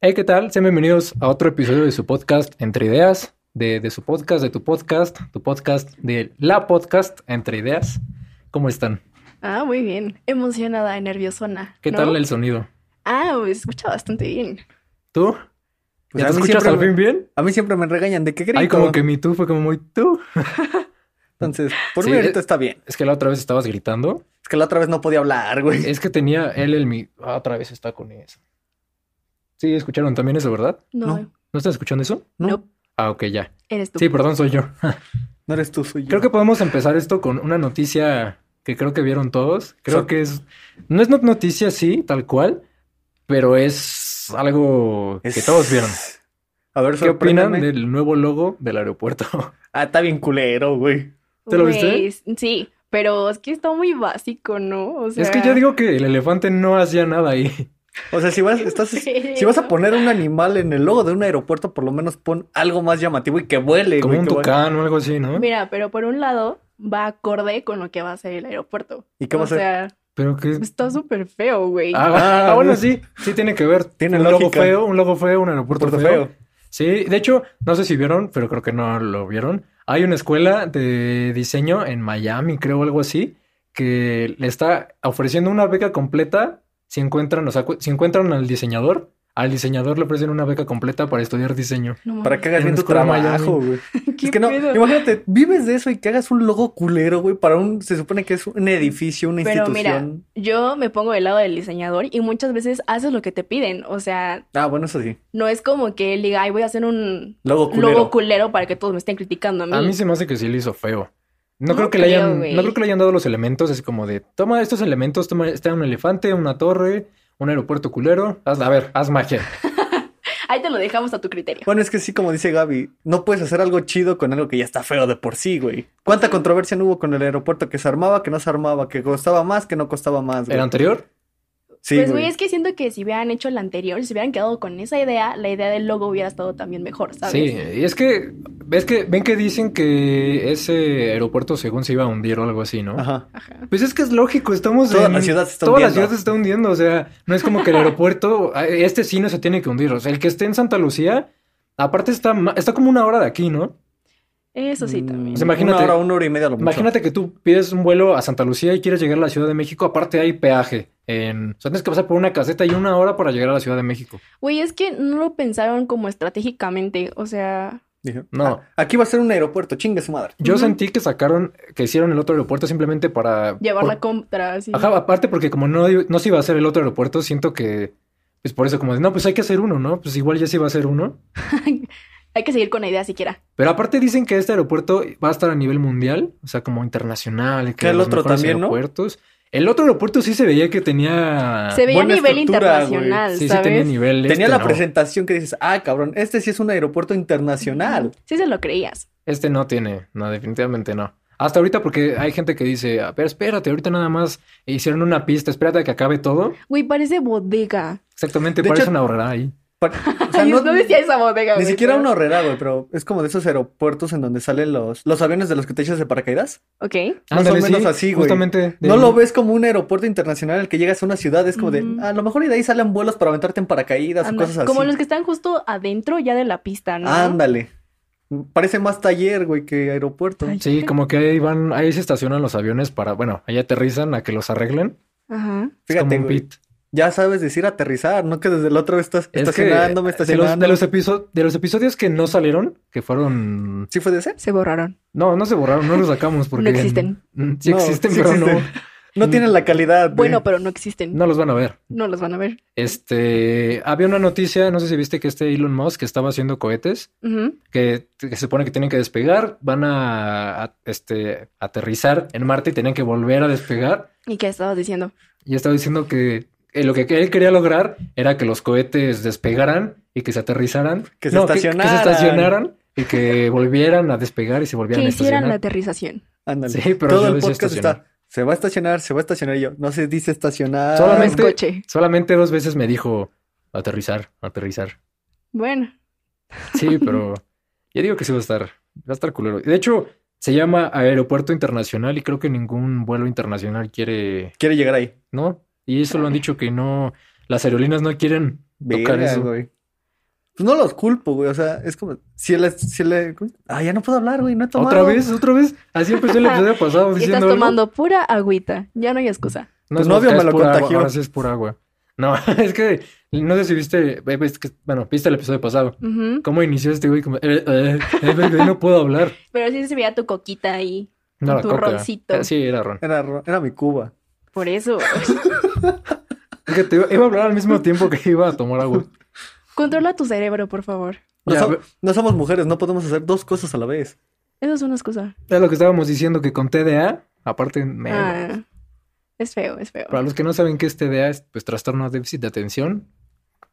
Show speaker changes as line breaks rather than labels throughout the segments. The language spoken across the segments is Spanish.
Hey, ¿qué tal? Sean bienvenidos a otro episodio de su podcast Entre Ideas, de, de su podcast, de tu podcast, tu podcast, de la podcast Entre Ideas. ¿Cómo están?
Ah, muy bien. Emocionada, nerviosona.
¿Qué
¿no?
tal el sonido?
Ah, me escucha bastante bien.
¿Tú?
Pues
¿Ya
a
te
mí
escuchas
siempre
al
me-
fin bien?
A mí siempre me regañan de qué grito.
Ay, como que mi tú fue como muy tú.
Entonces, por
Sí,
mí
eh.
ahorita está bien.
Es que la otra vez estabas gritando.
Es que la otra vez no podía hablar, güey.
Es que tenía él el mi... Ah, otra vez está con eso. Sí, escucharon también eso, ¿verdad?
No,
No.
¿No estás escuchando eso?
No,
Nope.
Ah, ok, ya.
eres tú.
Sí, perdón, soy yo.
no eres tú, soy yo.
Creo que podemos empezar esto con una noticia que creo que vieron todos. Creo
So-
que es. No es not- noticia, sí, tal cual, pero es algo
Es-
que todos vieron.
A ver,
¿Qué opinan
sorpréndeme.
del nuevo logo del aeropuerto?
Ah, está bien culero, güey.
¿te lo viste?
Güey, Pues, Sí, pero es que está muy básico, ¿no? O sea,
Es que yo digo que el elefante no hacía nada ahí.
O sea, si vas, estás,
Sí.
si vas a poner un animal en el logo de un aeropuerto, por lo menos pon algo más llamativo y que vuele,
Como
güey,
un
que vuele.
tucán o algo así, ¿no?
Mira, pero por un lado va acorde con lo que va a ser el aeropuerto.
¿Y qué va
o
a ser?
sea,
Pero que.
está súper feo, güey.
Ah,
Ah,
ah, bueno,
no.
sí, sí tiene que ver.
Tiene
un logo
lógica.
feo, un logo feo, un aeropuerto
Puerto
feo.
feo.
Sí, de hecho, no sé si vieron, pero creo que no lo vieron. Hay una escuela de diseño en Miami, creo, algo así, que le está ofreciendo una beca completa si encuentran, o sea, cu- si encuentran al diseñador, al diseñador le ofrecen una beca completa para estudiar diseño.
No
Para que hagas
En
bien
una
tu
escuela en
trabajo, güey.
mames, ¿qué
Es que no,
pedo?
imagínate, vives de eso y que hagas un logo culero, güey, para un, se supone que es un edificio, una
Pero mira,
institución.
Yo me pongo del lado del diseñador y muchas veces haces lo que te piden. O sea,
Ah, bueno, eso sí.
no es como que él diga, ay, voy a hacer un
Logo culero.
logo culero para que todos me estén criticando a mí.
A mí se me hace que sí le hizo feo. No
No
creo que le
creo,
hayan,
güey.
no creo que le hayan dado los elementos, es como de, toma estos elementos, toma, está un elefante, una torre, un aeropuerto culero, haz, a ver, haz magia.
Ahí te lo dejamos a tu criterio.
Bueno, es que sí, como dice Gaby, no puedes hacer algo chido con algo que ya está feo de por sí, güey. ¿Cuánta controversia no hubo con el aeropuerto que se armaba, que no se armaba, que costaba más, que no costaba más, güey?
El anterior,
Sí,
pues,
güey.
güey, es que siento que si hubieran hecho la anterior, si hubieran quedado con esa idea, la idea del logo hubiera estado también mejor, ¿sabes?
Sí, y es que, ves que, ven que dicen que ese aeropuerto según se iba a hundir o algo así, ¿no?
Ajá.
Ajá.
Pues es que es lógico, estamos
Toda
en-
la ciudad se está
toda la
hundiendo.
ciudad se está hundiendo, o sea, no es como que el aeropuerto, ah, este sí no se tiene que hundir, o sea, el que esté en Santa Lucía, aparte está, ma- está como una hora de aquí, ¿no?
Eso sí
Mm,
también.
O sea, pues imagínate-
Una hora, una hora y media a lo mucho.
Imagínate que tú pides un vuelo a Santa Lucía y quieres llegar a la Ciudad de México, aparte hay peaje, en, o sea, tienes que pasar por una caseta y una hora para llegar a la Ciudad de México.
Güey, es que no lo pensaron como estratégicamente, o sea...
Dije,
No.
"Ah, aquí va a ser un aeropuerto, chingue su madre.
Yo
Ujú.
sentí que sacaron, que hicieron el otro aeropuerto simplemente para...
Llevar
por-
la contra, así.
Ajá, aparte porque como no, no se iba a hacer el otro aeropuerto, siento que, pues por eso como de, no, pues hay que hacer uno, ¿no? Pues igual ya se iba a hacer uno.
Hay que seguir con la idea siquiera.
Pero aparte dicen que este aeropuerto va a estar a nivel mundial, o sea, como internacional. y
Que el
los
otro
mejores
también, ¿no?
aeropuertos. El otro aeropuerto sí se veía que tenía...
Se veía a
Ah. buena
nivel
estructura, güey.
internacional,
sí, sí
¿sabes?
tenía nivel.
Tenía
este
la
no.
presentación que dices, ah, cabrón, este sí es un aeropuerto internacional.
Sí se lo creías.
Este no tiene, no, definitivamente no. Hasta ahorita porque hay gente que dice, a ver, espérate, ahorita nada más hicieron una pista, espérate a que acabe todo.
Güey, parece bodega.
Exactamente,
De
parece
hecho-
una horrera ahí.
O sea,
Ay,
no-
no, decía esa bodega,
Ni
güey,
siquiera
pero-
una horrera, güey, pero es como de esos aeropuertos en donde salen los, los aviones de los que te echas de paracaídas.
Ok.
Más o
Ándale,
menos
sí,
así, güey.
Justamente.
No
del-
lo ves como un aeropuerto internacional al que llegas a una ciudad, es como de,
Ujú.
a lo mejor y de ahí salen vuelos para aventarte en paracaídas o
Anda,
cosas así.
Como los que están justo adentro ya de la pista, ¿no?
Ándale. Parece más taller, güey, que aeropuerto.
Ay.
Sí, como que ahí van, ahí se estacionan los aviones para, bueno, ahí aterrizan a que los arreglen.
Ajá.
Es
Fíjate,
como un
güey,
pit.
ya sabes decir aterrizar, no que desde la otra vez estás
Es que,
estacionando, me
de los,
estacionando.
de, los episo- de los episodios que no salieron, que fueron...
¿Sí fue de ese?
Se borraron.
No, no se borraron, no los sacamos porque...
existen.
Mm, Sí
No,
existen,
sí
pero
existen.
Mm.
No tienen la calidad. de-
Bueno, pero no existen.
No, no los van a ver.
No los van a ver.
Este, había una noticia, no sé si viste que este Elon Musk estaba haciendo cohetes
Ujú.
que, que se supone que tienen que despegar, van a, a- este, aterrizar en Marte y tienen que volver a despegar.
¿Y qué estabas diciendo?
Y estaba diciendo que eh, lo que él quería lograr era que los cohetes despegaran y que se aterrizaran.
Que
Que,
se
se
estacionaran.
estacionaran y que volvieran a despegar y se volvieran
Que
a
hicieran la
estacionar.
aterrización.
Ándale.
Sí, pero
Todo
yo
el
decía
podcast
estacionar.
está, se va a estacionar, se va a estacionar y yo. No se dice estacionar.
Solamente-
Más coche.
Solamente dos veces me dijo aterrizar, aterrizar.
Bueno.
Sí, pero ya digo que sí va a estar, va a estar culero. De hecho, se llama Aeropuerto Internacional y creo que ningún vuelo internacional quiere,
Quiere llegar ahí.
¿no? Y eso lo han dicho que no, las aerolíneas no quieren tocar
Verga,
eso.
güey. Pues no los culpo, güey. O sea, es como. Si le. Si le ¿cómo? ah, ya no puedo hablar, güey. No he tomado.
¿Otra vez? ¿Otra vez? Así empezó el episodio pasado
Y
Pues diciendo
estás
algo.
tomando pura agüita. Ya no hay excusa.
No
Tu
es
novio
vodka,
me
es
lo
pura agua.
contagió.
Ahora sí es pura agua. No, es que no sé si viste, eh, es que- bueno, viste el episodio pasado.
Ujú.
¿Cómo inició este güey? Como, eh, eh, eh, bebé, no puedo hablar.
Pero sí se veía tu coquita ahí.
No, la
Tu
coca.
roncito.
Eh, sí, era ron.
Era, ro- era mi Cuba.
Por eso.
Es que te iba, iba a hablar al mismo tiempo que iba a tomar agua.
Controla tu cerebro, por favor.
No,
Ya,
so-
ve-
no somos mujeres, no podemos hacer dos cosas a la vez.
Eso es una excusa.
Es lo que estábamos diciendo que con TDA, aparte, me-
Ah, es feo, es feo.
para los que no saben qué es TDA, es pues trastorno de déficit de atención.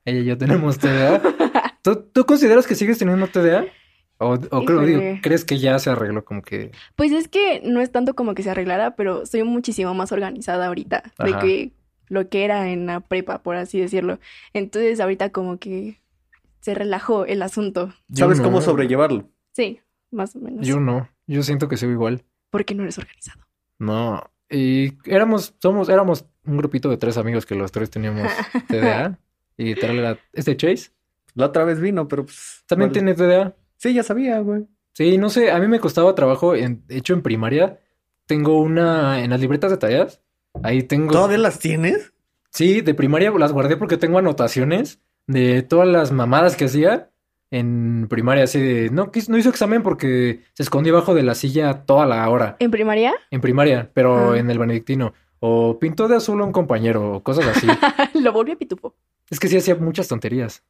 Ella y yo tenemos TDA. ¿Tú, tú consideras que sigues teniendo TDA? O, o creo, digo,
Híjole.
¿crees que ya se arregló como que
Pues es que no es tanto como que se arreglara, pero soy muchísimo más organizada ahorita de
Ajá.
que lo que era en la prepa, por así decirlo. Entonces ahorita como que se relajó el asunto.
Yo
¿Sabes
no.
cómo sobrellevarlo?
Sí, más o menos.
Yo no, yo siento que sigo igual.
Porque no eres organizado.
No. Y éramos, somos, éramos un grupito de tres amigos que los tres teníamos TDA. Y tal era este Chase.
La otra vez vino, pero pues.
También tiene
vale.
TDA.
Sí, ya sabía, güey.
Sí, no sé, a mí me costaba trabajo. En, de hecho, en primaria tengo una, en las libretas de tareas, ahí tengo...
¿Todavía las tienes?
Sí, de primaria las guardé porque tengo anotaciones de todas las mamadas que hacía en primaria. Así de, no, quis- no hizo examen porque se escondió bajo de la silla toda la hora.
En primaria,
En primaria, pero
Ah.
en el benedictino. O pintó de azul a un compañero, o cosas así.
lo volví a pitufo.
es que sí hacía muchas tonterías.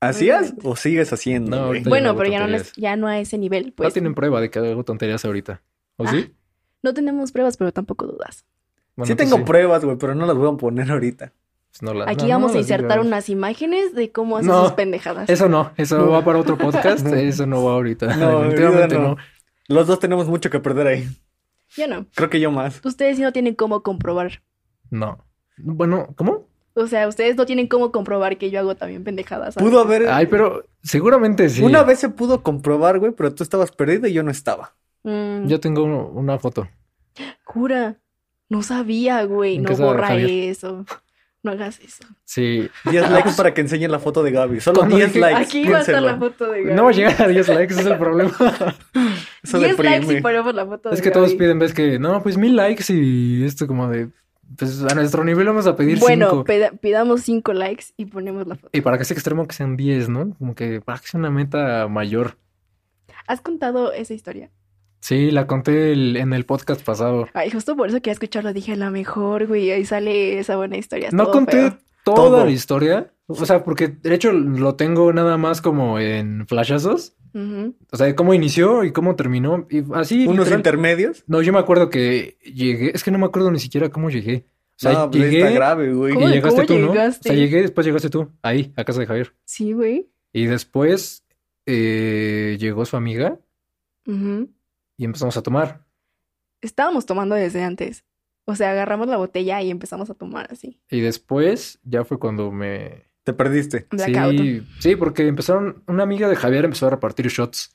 ¿Hacías o sigues haciendo?
No,
güey?
ahorita- Yo
Bueno,
hago
pero ya no,
tonterías.
les- ya no a ese nivel,
No
pues.
tienen prueba de que hago tonterías ahorita. ¿O
Ah,
sí?
No tenemos pruebas, pero tampoco dudas.
Bueno, pues
sí
tú
tengo pruebas, güey, pero no las voy a poner ahorita.
Pues no la-
Aquí
no, no
vamos a
las digas.
insertar unas imágenes de cómo haces
No.
sus pendejadas.
Eso no, eso
No.
va para otro podcast.
No.
Eso no va ahorita.
No,
Definitivamente
ahorita
no.
no. Los dos tenemos mucho que perder ahí.
Yo no.
Creo que yo más.
Ustedes sí no tienen cómo comprobar.
No. Bueno, ¿cómo?
O sea, ustedes no tienen cómo comprobar que yo hago también pendejadas. ¿sabes?
Pudo haber.
Ay, pero seguramente sí.
Eh, Una vez se pudo comprobar, güey, pero tú estabas perdido y yo no estaba.
Mm,
Yo tengo una foto.
Jura. No sabía, güey.
¿En
No
qué sabe,
borra
Javier?
eso. No hagas eso.
Sí.
10 likes para que enseñe la foto de Gaby. Solo
Cuando
10
dije,
likes.
Aquí va a estar la
piénselo.
foto de Gaby.
No va a llegar a 10 likes, ese es el problema.
Eso
10 likes
deprime.
y ponemos la foto
Es
de
que todos
Gaby.
piden, ves que, no, pues mil likes y esto como de, pues a nuestro nivel vamos a pedir
Bueno,
cinco.
peda- pidamos 5 likes y ponemos la foto.
Y para que sea extremo que sean 10, ¿no? Como que para que sea una meta mayor.
¿Has contado esa historia?
Sí, la conté el- en el podcast pasado.
Ay, justo por eso quería escucharlo. Dije, a lo mejor, güey. Ahí sale esa buena historia.
No
Todo
conté
feo.
toda
Todo.
la historia. O sea, porque de hecho lo tengo nada más como en flashazos.
Ujú.
O sea, de cómo inició y cómo terminó. Y así.
Unos
literal.
intermedios.
No, yo me acuerdo que llegué. Es que no me acuerdo ni siquiera cómo llegué. O sea,
No, pues está
llegué
grave, güey.
¿Cómo-
y llegaste
cómo
tú, ¿no? O sea,
llegaste?
llegué, después llegaste tú, ahí, a casa de Javier.
Sí, güey.
Y después eh, llegó su amiga
Ujú.
y empezamos a tomar.
Estábamos tomando desde antes. O sea, agarramos la botella y empezamos a tomar así.
Y después ya fue cuando me...
Te perdiste.
Blackout.
Sí, sí, porque empezaron, una amiga de Javier empezó a repartir shots.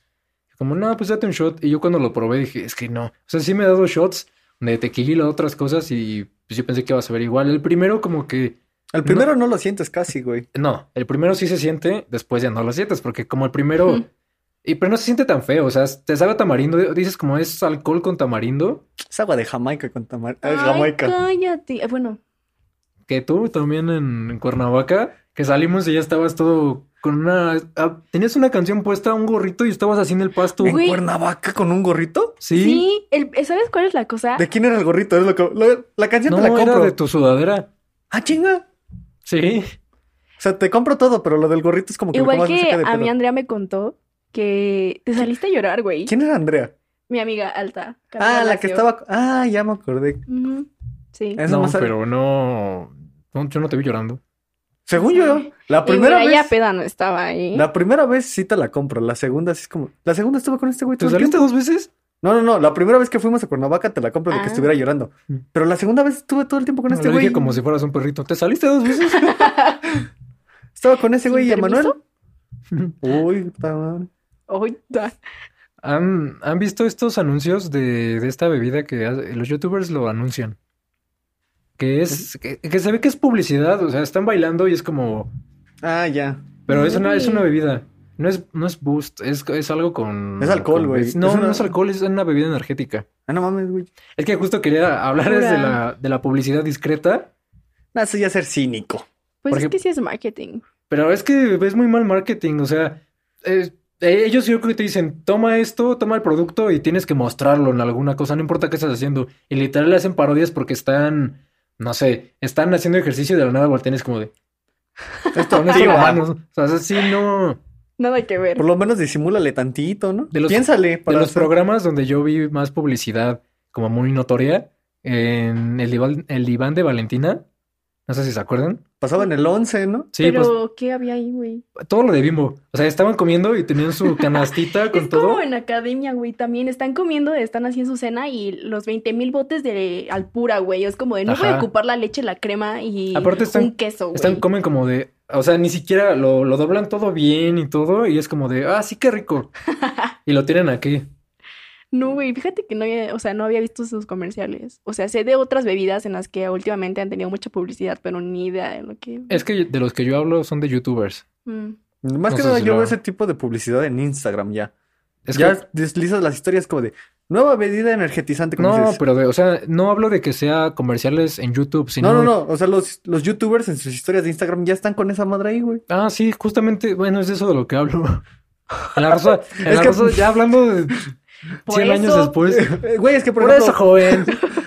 Como, no, pues date un shot. Y yo cuando lo probé dije, es que no. O sea, sí me he dado shots de tequila, otras cosas y pues yo pensé que iba a saber igual. El primero como que...
El primero no, lo sientes casi, güey.
No, el primero sí se siente, después ya no lo sientes, porque como el primero...
Ujú.
Y pero no se siente tan feo, o sea, te sabe a tamarindo, dices como es alcohol con tamarindo,
Es agua de Jamaica con tamar. ah,
Ay,
Es Jamaica.
cállate. Eh, Bueno,
que tú también en, en Cuernavaca, que salimos y ya estabas todo con una... ah, tenías una canción puesta, un gorrito y estabas así en el pasto.
¿En
Güey.
Cuernavaca con un gorrito?
Sí,
sí, el- eh, ¿sabes cuál es la cosa?
¿De quién era el gorrito? Es lo que- lo- la canción
no,
te la
era
compro.
de tu sudadera.
Ah, chinga.
Sí,
O sea, te compro todo, pero lo del gorrito es como que lo
Igual
más me
que
saca de
a mí
pedo.
Andrea me contó que te saliste a llorar, güey.
¿Quién era Andrea?
Mi amiga alta. Carla
Ah, la que
Lacio.
estaba. Ah, ya me acordé.
Ujú, Sí.
Es
no,
nomás-
pero no, no, yo no te vi llorando.
Según yo, la
Y
primera
Mireia
vez.
peda no estaba ahí.
La primera vez sí te la compro. La segunda sí es como. La segunda estuve con este güey
¿Te
todo el
saliste
tiempo.
dos veces?
No, no, no. La primera vez que fuimos a Cuernavaca te la compro de
Ah.
que estuviera llorando.
Mm.
Pero la segunda vez estuve todo el tiempo con
No,
este
lo dije
güey.
como si fueras un perrito. ¿Te saliste dos veces?
Estaba con ese güey y
¿Sin
Emanuel. Uy, puta madre.
Ay, da.
¿Han, han visto estos anuncios de, de esta bebida que hace- los youtubers lo anuncian?
Pues
Que es, que, que se ve que es publicidad, o sea, están bailando y es como,
Ah, ya.
Pero es una, es una
Uy.
bebida. No es, no es boost, es, es algo con.
Es alcohol,
con
güey.
bes- No,
Es una-
no es alcohol, es una bebida energética.
Ah, no mames, güey.
Es que justo quería hablar
Pura.
de la, de la publicidad discreta,
No, eso ya es ser cínico.
Por
Pues es
ejemplo-
que sí es marketing.
pero es que es muy mal marketing. O sea, es- eh, ellos yo creo que te dicen, toma esto, toma el producto y tienes que mostrarlo en alguna cosa, no importa qué estás haciendo. Y literal le hacen parodias porque están, no sé, están haciendo ejercicio y de la nada voltean y es como de. Esto no es para humanos". O sea, sí, no.
Nada que ver.
Por lo menos disimúlale tantito, ¿no?
De los-
Piénsale.
De los
hacer-
programas donde yo vi más publicidad como muy notoria, en el diván, el diván de Valentina, no sé si se acuerdan.
Pasaba en el 11, ¿no?
Sí,
Pero, ¿qué había ahí, güey?
pues todo lo de Bimbo. O sea, estaban comiendo y tenían su canastita con
es
todo.
como en academia, güey, también están comiendo, están haciendo su cena y los 20 mil botes de alpura, güey. Es como de no voy a
Ajá.
ocupar la leche, la crema y
Aparte están-
un queso, güey.
Están, comen como de, o sea, ni siquiera lo, lo doblan todo bien y todo, y es como de, ah, sí, qué rico. Y lo tienen aquí.
No, güey, fíjate que no había, o sea, no había visto esos comerciales. O sea, sé de otras bebidas en las que últimamente han tenido mucha publicidad, pero ni idea de lo que.
Es que de los que yo hablo son de youtubers.
Mm.
No
Más
sé
que nada,
si
yo
lo-
veo ese tipo de publicidad en Instagram ya.
Es
ya
que-
deslizas las historias como de nueva bebida energetizante. Como
no, pues,
dices.
pero de, o sea, no hablo de que sea comerciales en YouTube, sino
no, no, no. O sea, los, los youtubers en sus historias de Instagram ya están con esa madre ahí, güey.
Ah, sí, justamente, bueno, es de eso de lo que hablo. En la rosa, en
Es
la
que-
rosa, ya hablando de 100 años
eso-
después.
Eh, Güey, es que por,
Pues, Por
ejemplo,
eso, joven.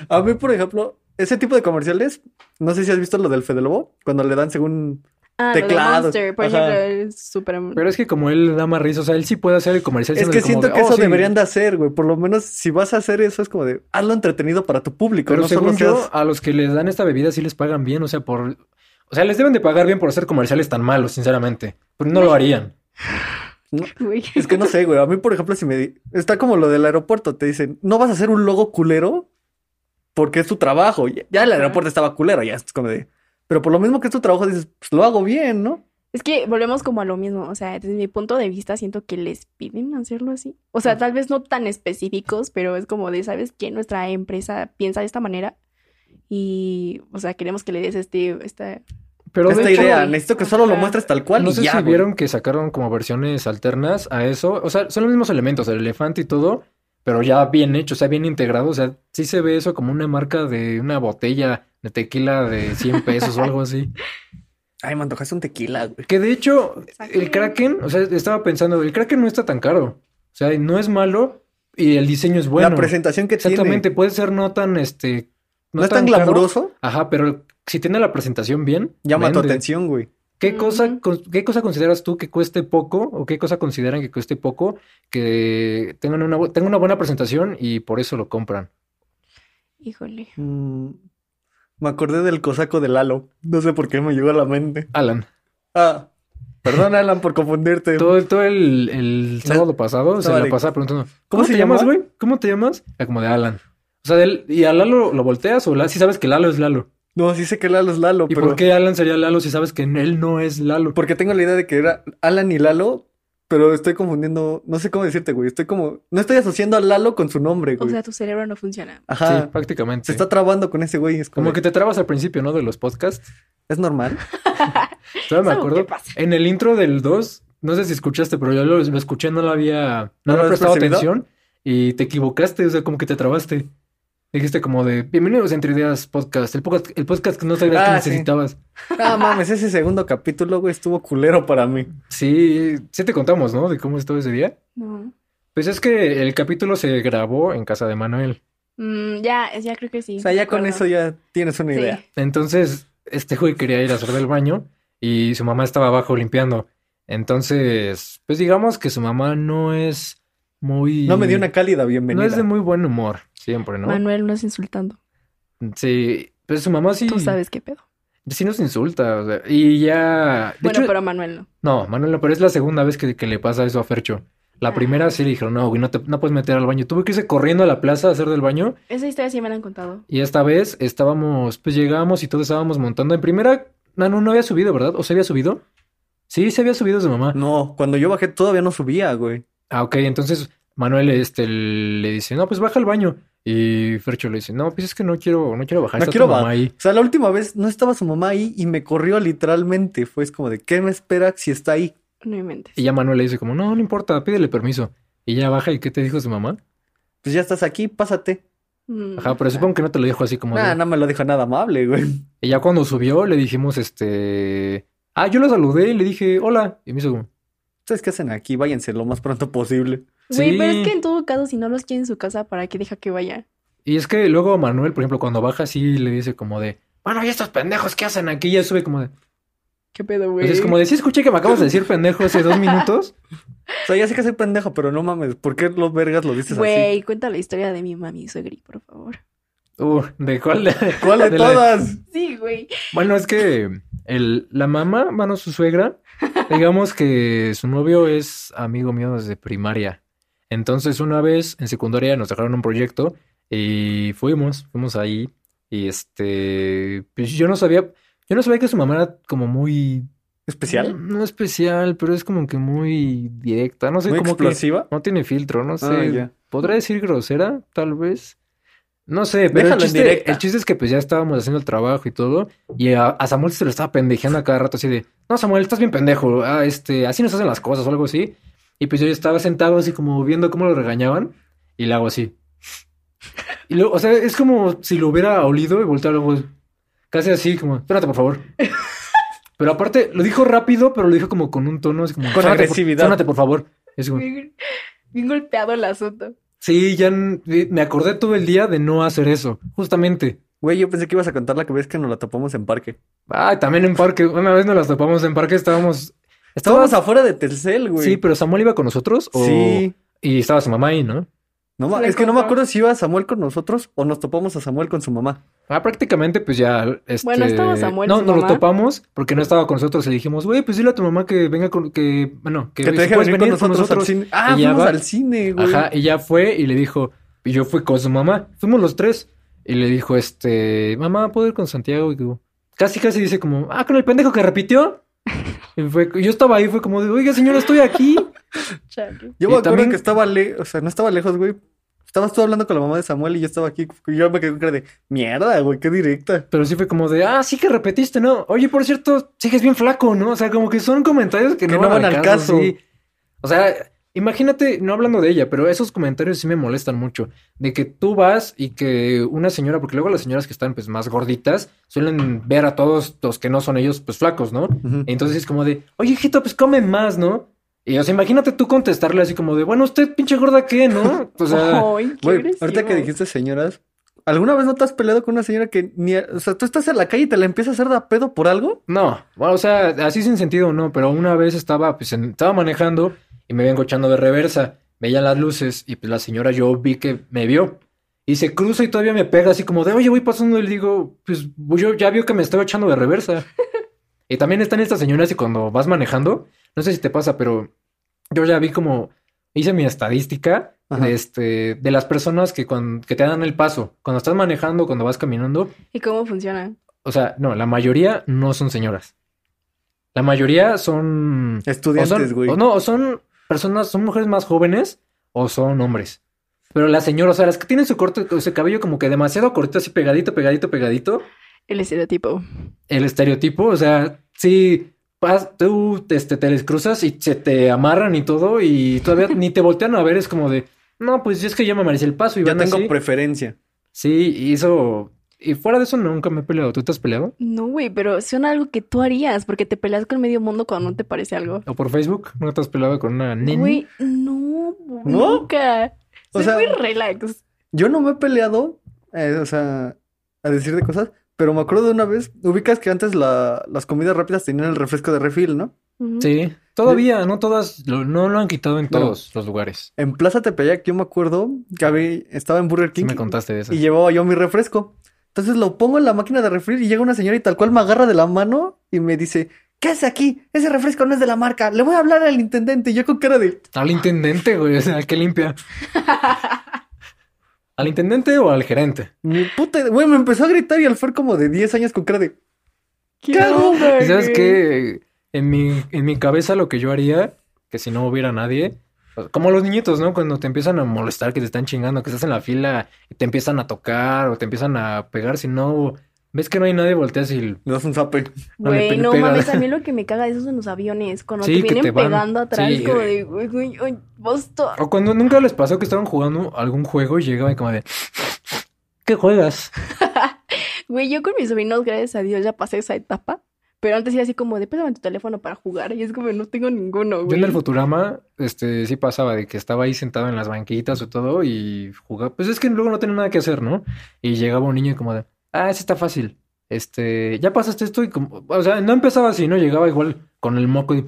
a mí, por ejemplo, ese tipo de comerciales, no sé si has visto lo del Fede Lobo, cuando le dan según.
Ah, lo de
Teclados,
Monster, por
ajá.
ejemplo, el Super.
Pero es que como él da más risa, o sea, él sí puede hacer el comercial.
Es
siendo
que
como
siento
de,
que
"Oh,
eso
sí".
deberían de hacer, güey. Por lo menos si vas a hacer eso, es como de hazlo entretenido para tu público.
Pero
no solo
según yo,
seas-
a los que les dan esta bebida sí les pagan bien, o sea, por... O sea, les deben de pagar bien por hacer comerciales tan malos, sinceramente. Pero no
Pues,
lo harían.
güey.
Es que no sé, güey. A mí, por ejemplo, si me... di- Está como lo del aeropuerto. Te dicen, no vas a hacer un logo culero porque es tu trabajo. Ya ya el aeropuerto estaba culero, ya es como de... Pero por lo mismo que es tu trabajo, dices, pues lo hago bien, ¿no?
Es que volvemos como a lo mismo, o sea, desde mi punto de vista siento que les piden hacerlo así. O sea, tal vez no tan específicos, pero es como de, ¿sabes qué? Nuestra empresa piensa de esta manera y, o sea, queremos que le des este, esta...
Pero de
Esta
hecho,
idea,
güey.
necesito que solo lo
Ajá.
muestres tal cual
no
y
sé
ya,
si
güey.
vieron que sacaron como versiones alternas a eso. O sea, son los mismos elementos, el elefante y todo, pero ya bien hecho, o sea, bien integrado. O sea, sí se ve eso como una marca de una botella de tequila de 100 pesos o algo así.
Ay, me antojaste un tequila, güey.
Que de hecho, el
Saquen.
Kraken, o sea, estaba pensando, el Kraken no está tan caro. O sea, no es malo y el diseño es bueno.
La presentación que tiene.
Exactamente, puede ser no tan este.
No, es tan
caro.
glamuroso,
Ajá, pero si tiene la presentación bien,
llama tu
vende.
atención, güey.
¿Qué cosa,
Ujú.
con- ¿Qué cosa consideras tú que cueste poco o qué cosa consideran que cueste poco que tengan una, bu- tenga una buena presentación y por eso lo compran?
Híjole.
Mm, me acordé del cosaco de Lalo. No sé por qué me llegó a la mente.
Alan,
Ah, perdón, Alan, por confundirte.
todo, todo el, el sábado pasado se
Estaba
la
de-
pasaba preguntando, ¿cómo,
¿Cómo se
te llamas,
llamaba?
güey? ¿Cómo te llamas? Era como de Alan. O sea, del- ¿y a Lalo lo volteas o si sabes que Lalo es Lalo?
No, sí sé que Lalo es Lalo,
¿Y
pero...
por qué Alan sería Lalo si sabes que él no es Lalo?
Porque tengo la idea de que era Alan y Lalo, pero estoy confundiendo, no sé cómo decirte, güey. Estoy como, no estoy asociando a Lalo con su nombre,
O
güey.
sea, tu cerebro no funciona.
Sí,
Ajá.
prácticamente.
Se está trabando con ese güey, es como,
Como que te trabas al principio, ¿no? De los podcasts.
es normal.
Todavía me
¿Sabes qué
acuerdo.
pasa?
En el intro del 2, no sé si escuchaste, pero yo lo, lo escuché, no lo había, no
¿No lo
le
habías
he prestado
percibido?
atención y te equivocaste, o sea, como que te trabaste. Dijiste como de, bienvenidos a Entre Ideas Podcast, el podcast, el podcast que no sabías que
Ah, sí.
necesitabas.
Ah, mames, ese segundo capítulo, güey, estuvo culero para mí.
Sí. sí, te contamos, ¿no? De cómo estuvo ese día.
No.
Pues es que el capítulo se grabó en casa de Manuel.
Mm, ya, es- ya creo que sí.
O sea, ya con eso ya tienes una
Sí.
idea.
Entonces, este güey quería ir a hacer del baño y su mamá estaba abajo limpiando. Entonces, pues digamos que su mamá no es muy...
No me dio una cálida
No
bienvenida.
es de muy buen humor, siempre, ¿no?
Manuel no es insultando.
Sí, pues su mamá sí,
Tú sabes qué pedo.
sí nos insulta. o sea, y ya... De
bueno,
hecho,
pero a Manuel no.
no, Manuel, no, pero es la segunda vez que, que le pasa eso a Fercho. La
Ah.
primera sí le dijeron, no, güey, no, te, no puedes meter al baño. Tuve que irse corriendo a la plaza a hacer del baño
Esa historia sí me la han contado.
Y esta vez estábamos, pues llegamos y todos estábamos montando. En primera, no, no, no había subido, ¿verdad? ¿O se había subido? Sí, se había subido su
Mm.
mamá.
No, cuando yo bajé todavía no subía, güey.
Ah, ok, entonces Manuel este, le dice, no, pues baja al baño. Y Fercho le dice, no, pues es que no quiero, no quiero bajar.
No
está tu
quiero
mamá
bajar.
ahí.
O sea, la última vez no estaba su mamá ahí y me corrió literalmente. Fue es como de, ¿qué me espera si está ahí?
No inventes.
Y ya Manuel le dice como, no, no importa, pídele permiso. Y ya baja, ¿y qué te dijo su mamá?
Pues ya estás aquí, pásate.
Mm,
Ajá, pero supongo que no te lo dijo así como...
Nah,
de-
no me lo dijo nada amable, güey.
Y ya cuando subió le dijimos, este... Ah, yo lo saludé y le dije, hola. Y me hizo como,
¿Ustedes qué hacen aquí? Váyanse lo más pronto posible.
Güey, pero
Sí.
es que en todo caso, si no los quiere en su casa, ¿para qué deja que vaya?
Y es que luego Manuel, por ejemplo, cuando baja así le dice como de, bueno, ¿y estos pendejos qué hacen aquí? Y ya sube como de,
¿Qué pedo,
pues
güey?
es como de, sí escuché que me acabas de decir pendejo hace dos minutos.
O sea, ya sé que soy pendejo, pero no mames, ¿por qué los vergas lo dices así?
Güey, cuenta la historia de mi mami y suegri, por favor.
Uh, ¿de cuál?
¿Cuál de
de la-
todas?
Sí, güey.
Bueno, es que el, la mamá, mano, su suegra, digamos que su novio es amigo mío desde primaria. Entonces, una vez en secundaria nos dejaron un proyecto y fuimos, fuimos ahí. Y este, pues yo no sabía, yo no sabía que su mamá era como muy
¿Especial?
No especial, pero es como que muy directa. No sé,
¿Muy
como que
explosiva?
no tiene filtro, no sé.
Ah, ya.
¿Podrá decir grosera? Tal vez. No sé, pero el
Déjala en
chiste,
directa.
el chiste es que pues ya estábamos haciendo el trabajo y todo. Y a, a Samuel se lo estaba pendejeando a cada rato así de, no, Samuel, estás bien pendejo. Ah, este, así nos hacen las cosas o algo así. Y pues yo estaba sentado así como viendo cómo lo regañaban. Y le hago así. Y luego, o sea, es como si lo hubiera olido y voltear luego. Casi así, como, espérate, por favor. Pero aparte, lo dijo rápido, pero lo dijo como con un tono así como.
Con
"Sórnate, por-
agresividad.
sórnate, por favor. Y es como,
Bien, bien golpeado el asunto.
Sí, ya n- eh, me acordé todo el día de no hacer eso, justamente.
Güey, yo pensé que ibas a contar la que ves que nos la topamos en parque.
Ah, también en parque, una vez nos las topamos en parque, estábamos...
Estábamos
estábamos-
afuera de Telcel, güey.
Sí, pero Samuel iba con nosotros o...
Sí.
Y estaba su mamá ahí, ¿no?
No ma-
Se la
es que no me
encontró.
acuerdo si iba Samuel con nosotros o nos topamos a Samuel con su mamá.
Ah, prácticamente pues ya... Este...
Bueno, estaba Samuel,
No,
su
nos lo
mamá.
topamos porque no estaba con nosotros y le dijimos, güey, pues dile a tu mamá que venga con... que Bueno, que,
Que te
si
deje
puedes
venir con nosotros, al cine. Ah,
Y ya
fuimos
va.
al cine, güey.
Ajá, y ya fue y le dijo, y yo fui con su mamá, fuimos los tres. Y le dijo, este, mamá, ¿puedo ir con Santiago? Y digo, casi, casi dice como, ah, con el pendejo que repitió. Y fue- yo estaba ahí, fue como, de, oiga, señor, estoy aquí.
Chale.
Yo
Y
me acuerdo
también-
que estaba lejos, o sea, no estaba lejos, güey. Estabas tú hablando con la mamá de Samuel y yo estaba aquí. y Yo me quedé con cara de mierda, güey, qué directa.
Pero sí fue como de, ah, sí que repetiste, ¿no? Oye, por cierto, sigues bien flaco, ¿no? O sea, como que son comentarios que,
Que no van al caso.
sí. O sea, Ah, imagínate, no hablando de ella, pero esos comentarios sí me molestan mucho. De que tú vas y que una señora, porque luego las señoras que están pues más gorditas suelen ver a todos los que no son ellos pues flacos, ¿no? Entonces es como de, oye, hijito, pues come más, ¿no? Y o sea, imagínate tú contestarle así como de, bueno, usted pinche gorda, ¿qué, no? O sea,
Ay, qué
Güey, ahorita que
agresivo.
dijiste señoras, ¿alguna vez no te has peleado con una señora que ni, o sea, tú estás en la calle y te la empieza a hacer de a pedo por algo?
No, bueno, o sea, así sin sentido no, pero una vez estaba, pues, en- estaba manejando y me vengo echando de reversa, veía las luces y pues la señora yo vi que me vio y se cruza y todavía me pega así como de, oye, voy pasando y le digo, pues yo ya vio que me estaba echando de reversa. Y también están estas señoras y cuando vas manejando, no sé si te pasa, pero yo ya vi como, hice mi estadística
Ajá.
de, este, de las personas que, cuan- que te dan el paso, cuando estás manejando, cuando vas caminando,
¿Y cómo funciona?
o sea, no, la mayoría no son señoras. La mayoría son. o son-
Estudiantes, güey.
o no, o son personas, son mujeres más jóvenes o son hombres. Pero las señoras, o sea, las que tienen su corte, su cabello como que demasiado cortito, así pegadito, pegadito, pegadito.
El estereotipo.
El estereotipo, o sea, sí, pas- tú este, te les cruzas y se te amarran y todo, y todavía ni te voltean a ver, es como de. No, pues es que yo me merecí el paso y
Yo
van
tengo
así.
preferencia.
Sí, y eso. Y fuera de eso nunca me he peleado. ¿Tú te has peleado?
No, güey, pero suena algo que tú harías, porque te peleas con medio mundo cuando no te parece algo.
¿O por Facebook? ¿No te has peleado con una neni?
Güey, no,
¿No?
nunca.
O
Soy
sea-
muy relax.
Yo no me he peleado, eh, o sea, a decir de cosas, pero me acuerdo de una vez, ubicas que antes la- las comidas rápidas tenían el refresco de refil, ¿no?
Ujú.
Sí, todavía, no todas, lo- no lo han quitado en
No.
todos los lugares.
En Plaza Tepeyac, yo me acuerdo que había- estaba en Burger
Sí
King
me contaste de eso.
y llevaba yo mi refresco. Entonces lo pongo en la máquina de refil y llega una señora y tal cual me agarra de la mano y me dice, ¿qué hace aquí? Ese refresco no es de la marca, le voy a hablar al intendente. Y yo con cara de,
Al intendente, güey, o sea, que limpia. ¿Al intendente o al gerente?
mi puta, idea". güey, me empezó a gritar y al Fer como de 10 años con cara de,
¿Qué
Claro.
onda,
¿Y sabes
güey?
qué? En mi, en mi cabeza lo que yo haría, que si no hubiera nadie, Como los niñitos, ¿no? Cuando te empiezan a molestar, que te están chingando, que estás en la fila y te empiezan a tocar o te empiezan a pegar. Si no, ves que no hay nadie, volteas y
Le das un zape.
No le
Güey,
pe-
no
pega.
mames, a mí lo que me caga de esos en los aviones, cuando
Sí,
te
que
vienen
te van-
pegando atrás,
sí.
como de, uy, uy, uy, vos to-
O cuando nunca les pasó que estaban jugando algún juego y llegaban como de, ¿qué juegas?
Güey, yo con mis sobrinos, gracias a Dios, ya pasé esa etapa, pero antes era así como de, pésame tu teléfono para jugar, y es como, no tengo ninguno,
Yo
güey.
en el Futurama, este, sí pasaba de que estaba ahí sentado en las banquitas o todo y jugaba. Pues es que luego no tenía nada que hacer, ¿no? Y llegaba un niño y como de, ah, ese está fácil. Este, ya pasaste esto y como, o sea, no empezaba así, ¿no? Llegaba igual con el moco y...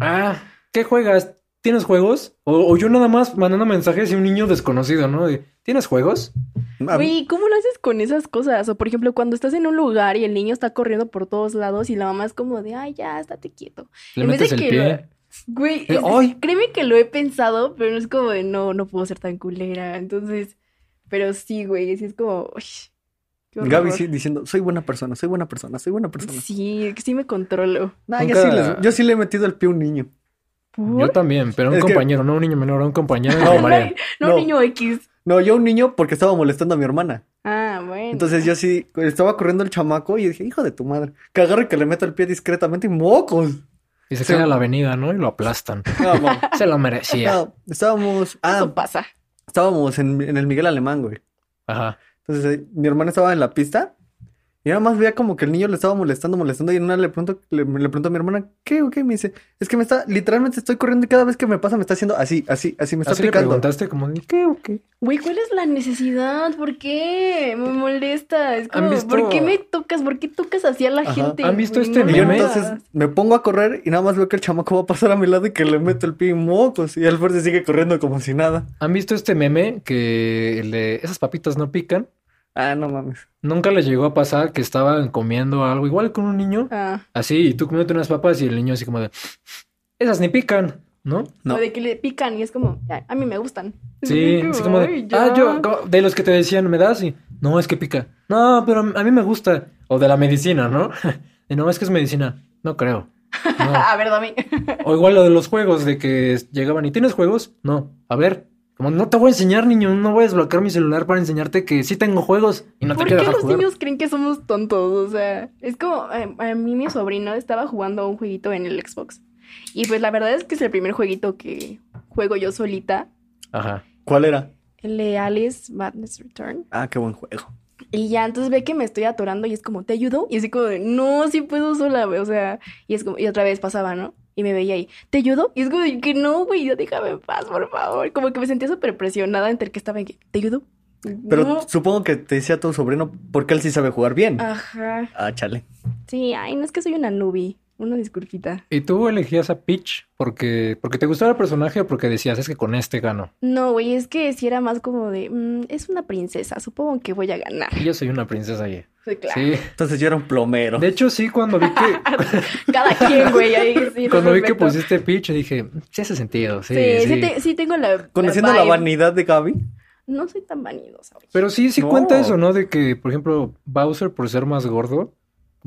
Ah, ¿qué juegas? ¿Tienes juegos? O, o yo nada más mandando mensajes y un niño desconocido, ¿no? De, ¿Tienes juegos?
A-
Güey, ¿cómo lo haces con esas cosas? O por ejemplo, cuando estás en un lugar y el niño está corriendo por todos lados y la mamá es como de, ay, ya, estate quieto.
Le
En vez de
metes el
que
pie.
Güey,
Eh,
es-
¡ay!
créeme que lo he pensado, pero es como de no, no puedo ser tan culera. Entonces, pero sí, güey, sí es como. uy, qué
Gaby
horror.
sí diciendo, soy buena persona, soy buena persona, soy buena persona.
Sí, es que sí me controlo.
Nah, yo,
Nunca-
sí les- yo sí le he metido el pie a un niño.
Yo
¿Por?
también, pero a un
Es que-
compañero, no a un niño menor, a un compañero de
No,
primaria.
No,
No.
niño X.
No, yo a un niño porque estaba molestando a mi hermana.
Ah, bueno.
Entonces yo sí, estaba corriendo el chamaco y dije, hijo de tu madre, que agarre que le meto el pie discretamente y mocos.
Y se
Sí.
cae a la avenida, ¿no? Y lo aplastan.
No, no,
Se lo merecía.
no, estábamos, ah,
Eso pasa.
estábamos en, en el Miguel Alemán, güey.
Ajá.
Entonces eh, mi hermana estaba en la pista y nada más veía como que el niño le estaba molestando, molestando y en una le pregunto, le, le pregunto a mi hermana, ¿qué o qué? Me dice, es que me está, literalmente estoy corriendo y cada vez que me pasa me está haciendo así, así, así, me está
Así le
picando.
preguntaste como, de, ¿qué o qué?
Güey, ¿cuál es la necesidad? ¿Por qué? Me molesta. Es
¿Han
como,
visto-
¿por qué me tocas? ¿Por qué tocas así a la
Ajá.
gente?
¿Han visto
güey?
este
me
Y yo
meme?
jodas.
entonces me pongo a correr y nada más veo que el chamaco va a pasar a mi lado y que le meto el pie y mocos. Y Alfred se sigue corriendo como si nada.
¿Han visto este meme que el de esas papitas no pican?
Ah, no mames.
Nunca les llegó a pasar que estaban comiendo algo igual con un niño,
Ah,
así, y tú comiendo unas papas y el niño así como de, esas ni pican, ¿no?
No.
O de que le pican y es como, "Ay, a mí me gustan.
Sí, así como
"Ay,
de,
ya".
ah, yo, como- de los que te decían, ¿me das? Y, no, es que pica. No, pero a mí me gusta. O de la medicina, ¿no? Y no, es que es medicina. No creo. No.
A ver, dame.
O igual lo de los juegos, de que llegaban y ¿tienes juegos? No, a ver. Como no te voy a enseñar, niño, no voy a desbloquear mi celular para enseñarte que sí tengo juegos y no te
¿Por qué
quiero dejar
los
jugar.
niños creen que somos tontos? O sea, es como eh, a mí mi sobrino estaba jugando un jueguito en el Xbox. Y pues la verdad es que es el primer jueguito que juego yo solita,
Ajá.
¿Cuál era?
el de Alice Madness Return.
Ah, qué buen juego.
Y ya entonces ve que me estoy atorando y es como, ¿te ayudo? Y así como, de, no, sí puedo sola, güey. O sea, y es como, y otra vez pasaba, ¿no? Y me veía ahí, ¿te ayudo? Y es como, de que no, güey, ya déjame en paz, por favor. Como que me sentía súper presionada entre el que estaba en que, ¿te ayudo?
Pero
No.
supongo que te decía tu sobrino porque él sí sabe jugar bien. Ah,
Ajá.
chale.
Sí, ay, no es que soy una newbie. Una disculpita.
¿Y tú elegías a Peach porque, porque te gustaba el personaje o porque decías, es que con este gano?
No, güey, es que si era más como de, "Mm, es una princesa, supongo que voy a ganar.
Y Yo soy una princesa ahí.
Sí, claro.
Sí.
Entonces yo era un plomero.
De hecho, sí, cuando vi que,
Cada quien, güey, ahí sí.
cuando vi que
perfecto.
pusiste Peach, dije, sí hace sentido, sí,
Sí, sí,
sí.
te- sí tengo la.
Conociendo la
vibe.
vanidad de Gaby.
No soy tan vanidosa, güey.
Pero sí, sí
No.
cuenta eso, ¿no? De que, por ejemplo, Bowser, por ser más gordo,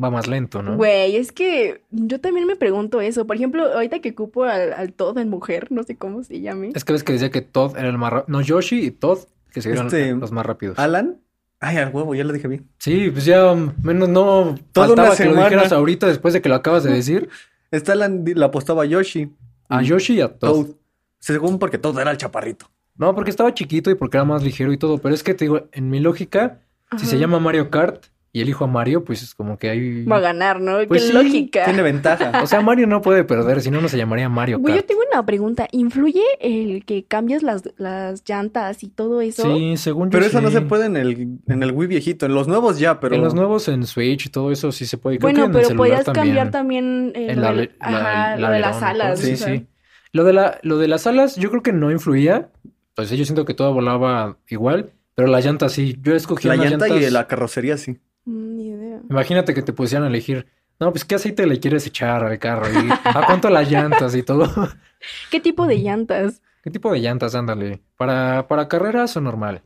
va más lento, ¿no?
Güey, es que yo también me pregunto eso. Por ejemplo, ahorita que ocupo al, al todo en mujer, no sé cómo se llame.
Es que ves que decía que Todd era el más rápido. No, Yoshi y Todd, que se vieron
Este-
los más rápidos.
Alan. Ay, al huevo, ya lo dije bien.
Sí, pues ya mm, menos no
Toda
faltaba
una
que lo
semana.
dijeras ahorita después de que lo acabas de decir.
Está Alan, di- la apostaba Yoshi.
A
Mm.
Yoshi y a Todd.
Toad. Según porque Toad era el chaparrito.
No, porque estaba chiquito y porque era más ligero y todo. Pero es que te digo, en mi lógica, si se
Ajá.
llama Mario Kart y elijo a Mario, pues es como que hay.
Va a ganar, ¿no?
Pues
Qué
sí,
lógica.
Tiene ventaja.
O sea, Mario no puede perder, si no, no se llamaría Mario
Güey, yo
Kart.
tengo una pregunta. ¿Influye el que cambias las, las llantas y todo eso?
Sí, según yo.
Pero eso no
sí.
se puede en el, en el Wii viejito. En los nuevos ya, pero.
En los nuevos, en Switch y todo eso sí se puede. Creo que en
Bueno,
el
pero
celular
podías cambiar
también.
también eh,
El
lo,
ale-
del-
la-
ajá,
el
lo de las
alerón y todo.
alas.
Sí,
o sea.
sí. Lo de, la, lo de las alas, yo creo que no influía. Pues yo siento que todo volaba igual, pero la llanta sí. Yo escogí
La
unas
llanta y
llantas-
la carrocería, sí.
Mm, Ni idea.
Imagínate que te pusieran a elegir. No, pues qué aceite le quieres echar al carro y a cuánto las llantas y todo.
¿Qué tipo de llantas?
¿Qué tipo de llantas? Ándale. ¿Para, para carreras o normal?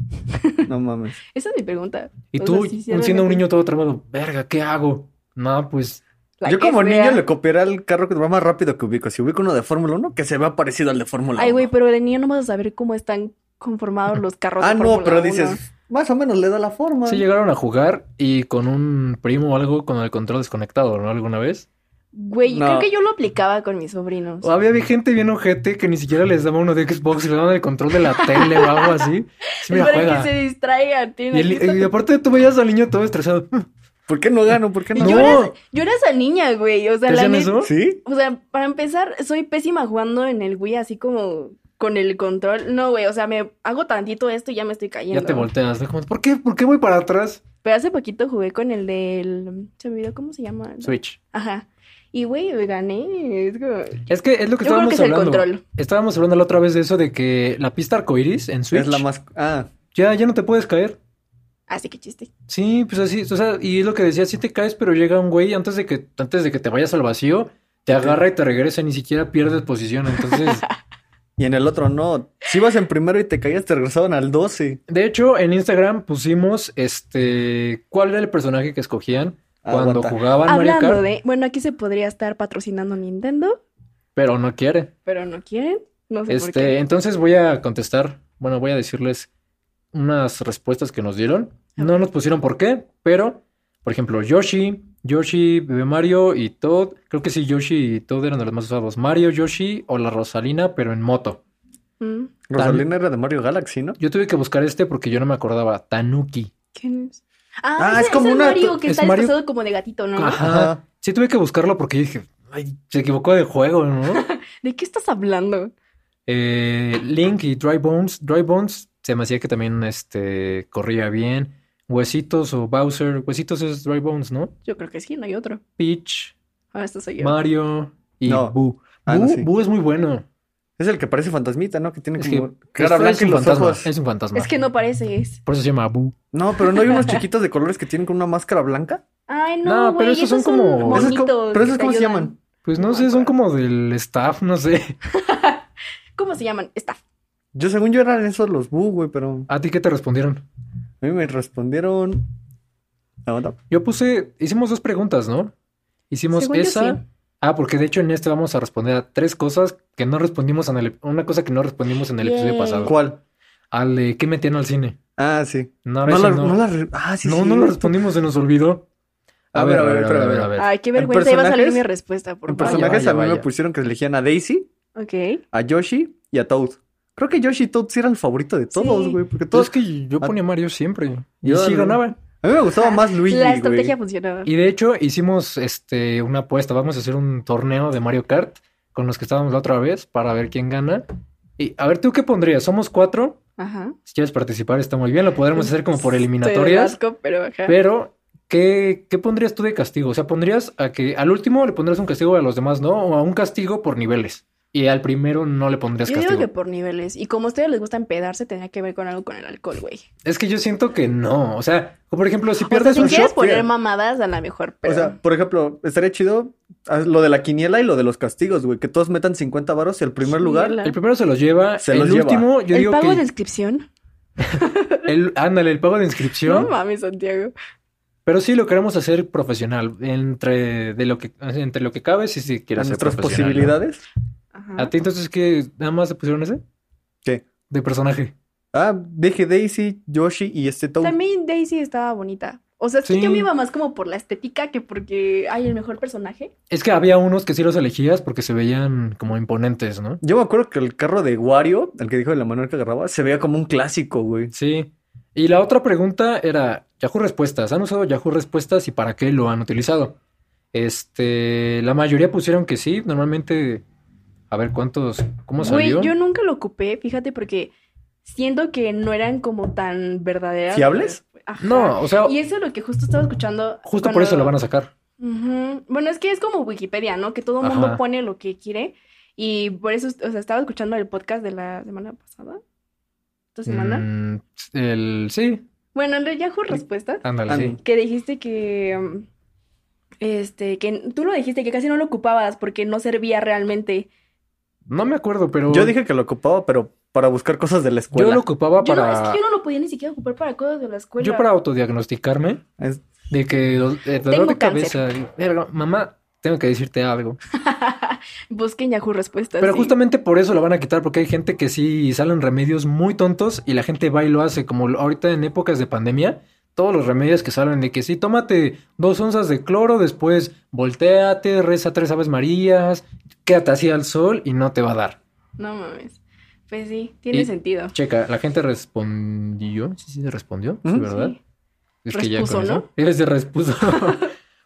No mames.
Esa es mi pregunta.
Y
O
tú,
sea, sí, sí,
siendo un
realmente.
niño todo tremendo, verga, ¿qué hago? No, pues
la
Yo
que
como
sea.
niño le copiaré al carro que va más rápido que ubico. Si ubico uno de Fórmula 1, que se vea parecido al de Fórmula 1.
Ay, güey, pero de niño no vas a saber cómo están conformados los carros. de
Ah, no,
Fórmula
pero
1.
dices, más o menos le da la forma.
Sí llegaron a jugar y con un primo o algo con el control desconectado, ¿no? ¿Alguna vez?
Güey,
No.
creo que yo lo aplicaba con mis sobrinos.
O había gente bien ojete que ni siquiera les daba uno de Xbox y le daban el control de la tele o algo así. Sí,
Es
mira,
para
juega.
que se distraigan. tío,
Y, el-
aquí está.
y aparte tú veías al niño todo estresado.
¿Por qué no gano? ¿Por qué
Y
no?
yo, era, yo era esa niña, güey. O
¿Te
sea, la
hacían
neta-
eso?
¿Sí?
O sea, para empezar, soy pésima jugando en el Wii, así como con el control. No, güey, o sea, me hago tantito esto y ya me estoy cayendo.
Ya te volteas. ¿no? Como, ¿Por qué? ¿Por qué voy para atrás?
Pero hace poquito jugué con el del. Se me olvidó cómo se llama. ¿no?
Switch.
Ajá. Y, güey, gané. Es como- Yo
Es que es lo que
creo
estábamos
que es el
hablando.
control.
Estábamos hablando la otra vez de eso de que la pista arcoiris en Switch
Es la más... Ah,
ya, ya no te puedes caer.
Así que Ah, chiste.
Sí, pues así, o sea, y es lo que decía, si te caes, pero llega un güey antes de que, antes de que te vayas al vacío, te agarra y te regresa, ni siquiera pierdes posición. Entonces,
y en el otro no. Si ibas en primero y te caías, te regresaban al 12.
de hecho, en Instagram pusimos este cuál era el personaje que escogían cuando
Ah, Aguanta.
jugaban Mario
Hablando
Kart,
de. Bueno, aquí se podría estar patrocinando Nintendo,
pero no quiere.
pero no quieren. No sé por
Este,
qué.
entonces voy a contestar, bueno, voy a decirles unas respuestas que nos dieron.
A
No nos pusieron por qué, pero, por ejemplo, Yoshi, Yoshi, Bebé Mario y Todd. Creo que sí, Yoshi y Todd eran de los más usados. Mario, Yoshi o la Rosalina, pero en moto.
Mm,
Rosalina era de Mario Galaxy, ¿no?
Yo tuve que buscar este porque yo no me acordaba. Tanuki.
¿Quién es?
Ah,
Ah, ese-
es
es
como
el
una-
Mario que
es
está
Mario-
disfrazado como de gatito, ¿no?
Ajá. Sí tuve que buscarlo porque dije, ay, se equivocó de juego, ¿no?
¿De qué estás hablando?
Eh, Link y Dry Bones. Dry Bones se me hacía que también este, corría bien. Huesitos o Bowser. Huesitos es Dry Bones, ¿no?
Yo creo que sí, no hay otro.
Peach,
Ah, esto soy yo.
Mario y
No.
Boo.
Ah, no,
Boo-
sí.
Boo es muy bueno.
Es el que parece fantasmita, ¿no? Que tiene
Es
como
que
cara
es-
blanca
es
y
un
los
fantasma.
ojos.
Es un fantasma.
Es que no parece es.
Por eso se llama Boo.
No, pero no hay unos chiquitos de colores que tienen con una máscara blanca.
Ay,
No,
no,
pero
güey,
esos son como-
Esos como-
monitos
pero esos
que te
¿cómo se
ayudan.
llaman?
Pues no
No me
sé, son como del staff, no sé.
¿Cómo se llaman? Staff.
Yo, según yo, eran esos los bu, güey, pero
¿A ti qué te respondieron?
a mí me respondieron. Aguanta.
Yo puse, hicimos dos preguntas, ¿no? Hicimos
Según yo,
esa.
sí.
Ah, porque de hecho en este vamos a responder a tres cosas que no respondimos en el, una cosa que no respondimos en el episodio
Yay.
pasado.
¿Cuál?
Al de qué metían al cine.
Ah, sí.
No, ahora
No
sí
la,
no.
no la re- Ah, sí,
No,
sí,
no lo
güey.
respondimos, se nos olvidó. A,
A
ver,
ver,
a ver, a ver,
espera,
a ver,
espera.
a ver.
Ay, qué
¿En
vergüenza. Iba a salir
personajes?
mi respuesta, por favor.
En
persona-
personajes
vaya,
a mí me
vaya.
pusieron que elegían a Daisy,
Ok.
a Yoshi y a Toad. Creo que Yoshi y Toad sí eran el favorito de todos,
Sí.
güey. Porque
Entonces
todos.
que yo
Ah.
ponía Mario siempre. Y
Yo
sí
no.
ganaba.
A mí me gustaba más Luigi,
La estrategia
güey.
funcionaba.
Y de hecho hicimos este una apuesta, vamos a hacer un torneo de Mario Kart con los que estábamos la otra vez para ver quién gana. Y a ver, ¿tú qué pondrías? Somos cuatro.
Ajá.
Si quieres participar está muy bien, lo podremos hacer como por
Estoy
eliminatorias.
asco, pero ajá.
Pero, ¿qué, qué pondrías tú de castigo? O sea, ¿pondrías a que al último le pondrías un castigo a los demás, no? O a un castigo por niveles. Y al primero no le pondrías
Yo
castigo.
digo que por niveles. Y como a ustedes les gusta empedarse, tenía que ver con algo con el alcohol, güey.
Es que yo siento que no. O sea, o por ejemplo, si
O
pierdes
sea, si
un
quieres
shot,
poner
fíjate.
mamadas, a la mejor, pero...
O sea, por ejemplo, estaría chido ah, lo de la quiniela y lo de los castigos, güey. Que todos metan 50 varos y el primer lugar.
Quiniela.
el primero se los lleva,
Se
el
los lleva.
último, yo
¿El
digo
pago
que
de inscripción?
el, ándale, el pago de inscripción.
No mames, Santiago.
Pero sí lo queremos hacer profesional, entre de lo que entre lo que cabe, sí sí
a
quieres hacer
nuestras
profesional, ¿no?
posibilidades.
Ajá.
A ti entonces que nada más te pusieron ese
¿Qué?
de personaje.
Ah, dije Daisy, Yoshi y este Toad.
También Daisy estaba bonita. O sea, es
Sí.
que yo me iba más como por la estética que porque hay el mejor personaje.
Es que había unos que sí los elegías porque se veían como imponentes, ¿no?
Yo me acuerdo que el carro de Wario, el que dijo la manual que agarraba, se veía como un clásico, güey.
Sí. Y la otra pregunta era Yahoo Respuestas. ¿Han usado Yahoo Respuestas y para qué lo han utilizado? Este, la mayoría pusieron que sí. Normalmente, a ver cuántos, ¿cómo
Güey,
salió?
yo nunca lo ocupé, fíjate, porque siento que no eran como tan verdaderas.
¿Fiables?
Ajá.
No, o sea,
Y eso es lo que justo estaba escuchando.
justo por eso lo van a sacar.
Bueno, es que es como Wikipedia, ¿no? Que todo el
Ajá.
mundo pone lo que quiere. Y por eso, o sea, estaba escuchando el podcast de la semana pasada. ¿Tu semana?
Mm, el, sí,
Bueno, en el Yahoo Respuestas.
ándale,
Ándale.
sí.
que dijiste que mm, este que n- tú lo dijiste que casi no lo ocupabas porque no servía realmente.
No me acuerdo, pero
Yo dije que lo ocupaba, pero para buscar cosas de la
yo
escuela.
lo ocupaba
Yo no-
para.
es que yo no lo podía ni siquiera ocupar para cosas de la escuela.
yo para autodiagnosticarme
Es-
de que do- el dolor
Tengo
de cabeza. verga, mamá, tengo que decirte algo.
Busquen Yahoo respuestas.
Pero
sí.
justamente por eso lo van a quitar, porque hay gente que sí salen remedios muy tontos y la gente va y lo hace, como ahorita en épocas de pandemia, todos los remedios que salen de que sí, tómate dos onzas de cloro, después volteate, reza tres aves marías, quédate así al sol y no te va a dar.
No mames. Pues sí, tiene
Y-
sentido.
Checa, la gente respondió, sí, sí, se respondió, sí,
Ujú.
¿verdad?
Sí.
Es que ya
Respuso,
con eso-
¿no?
Debe ser respuso.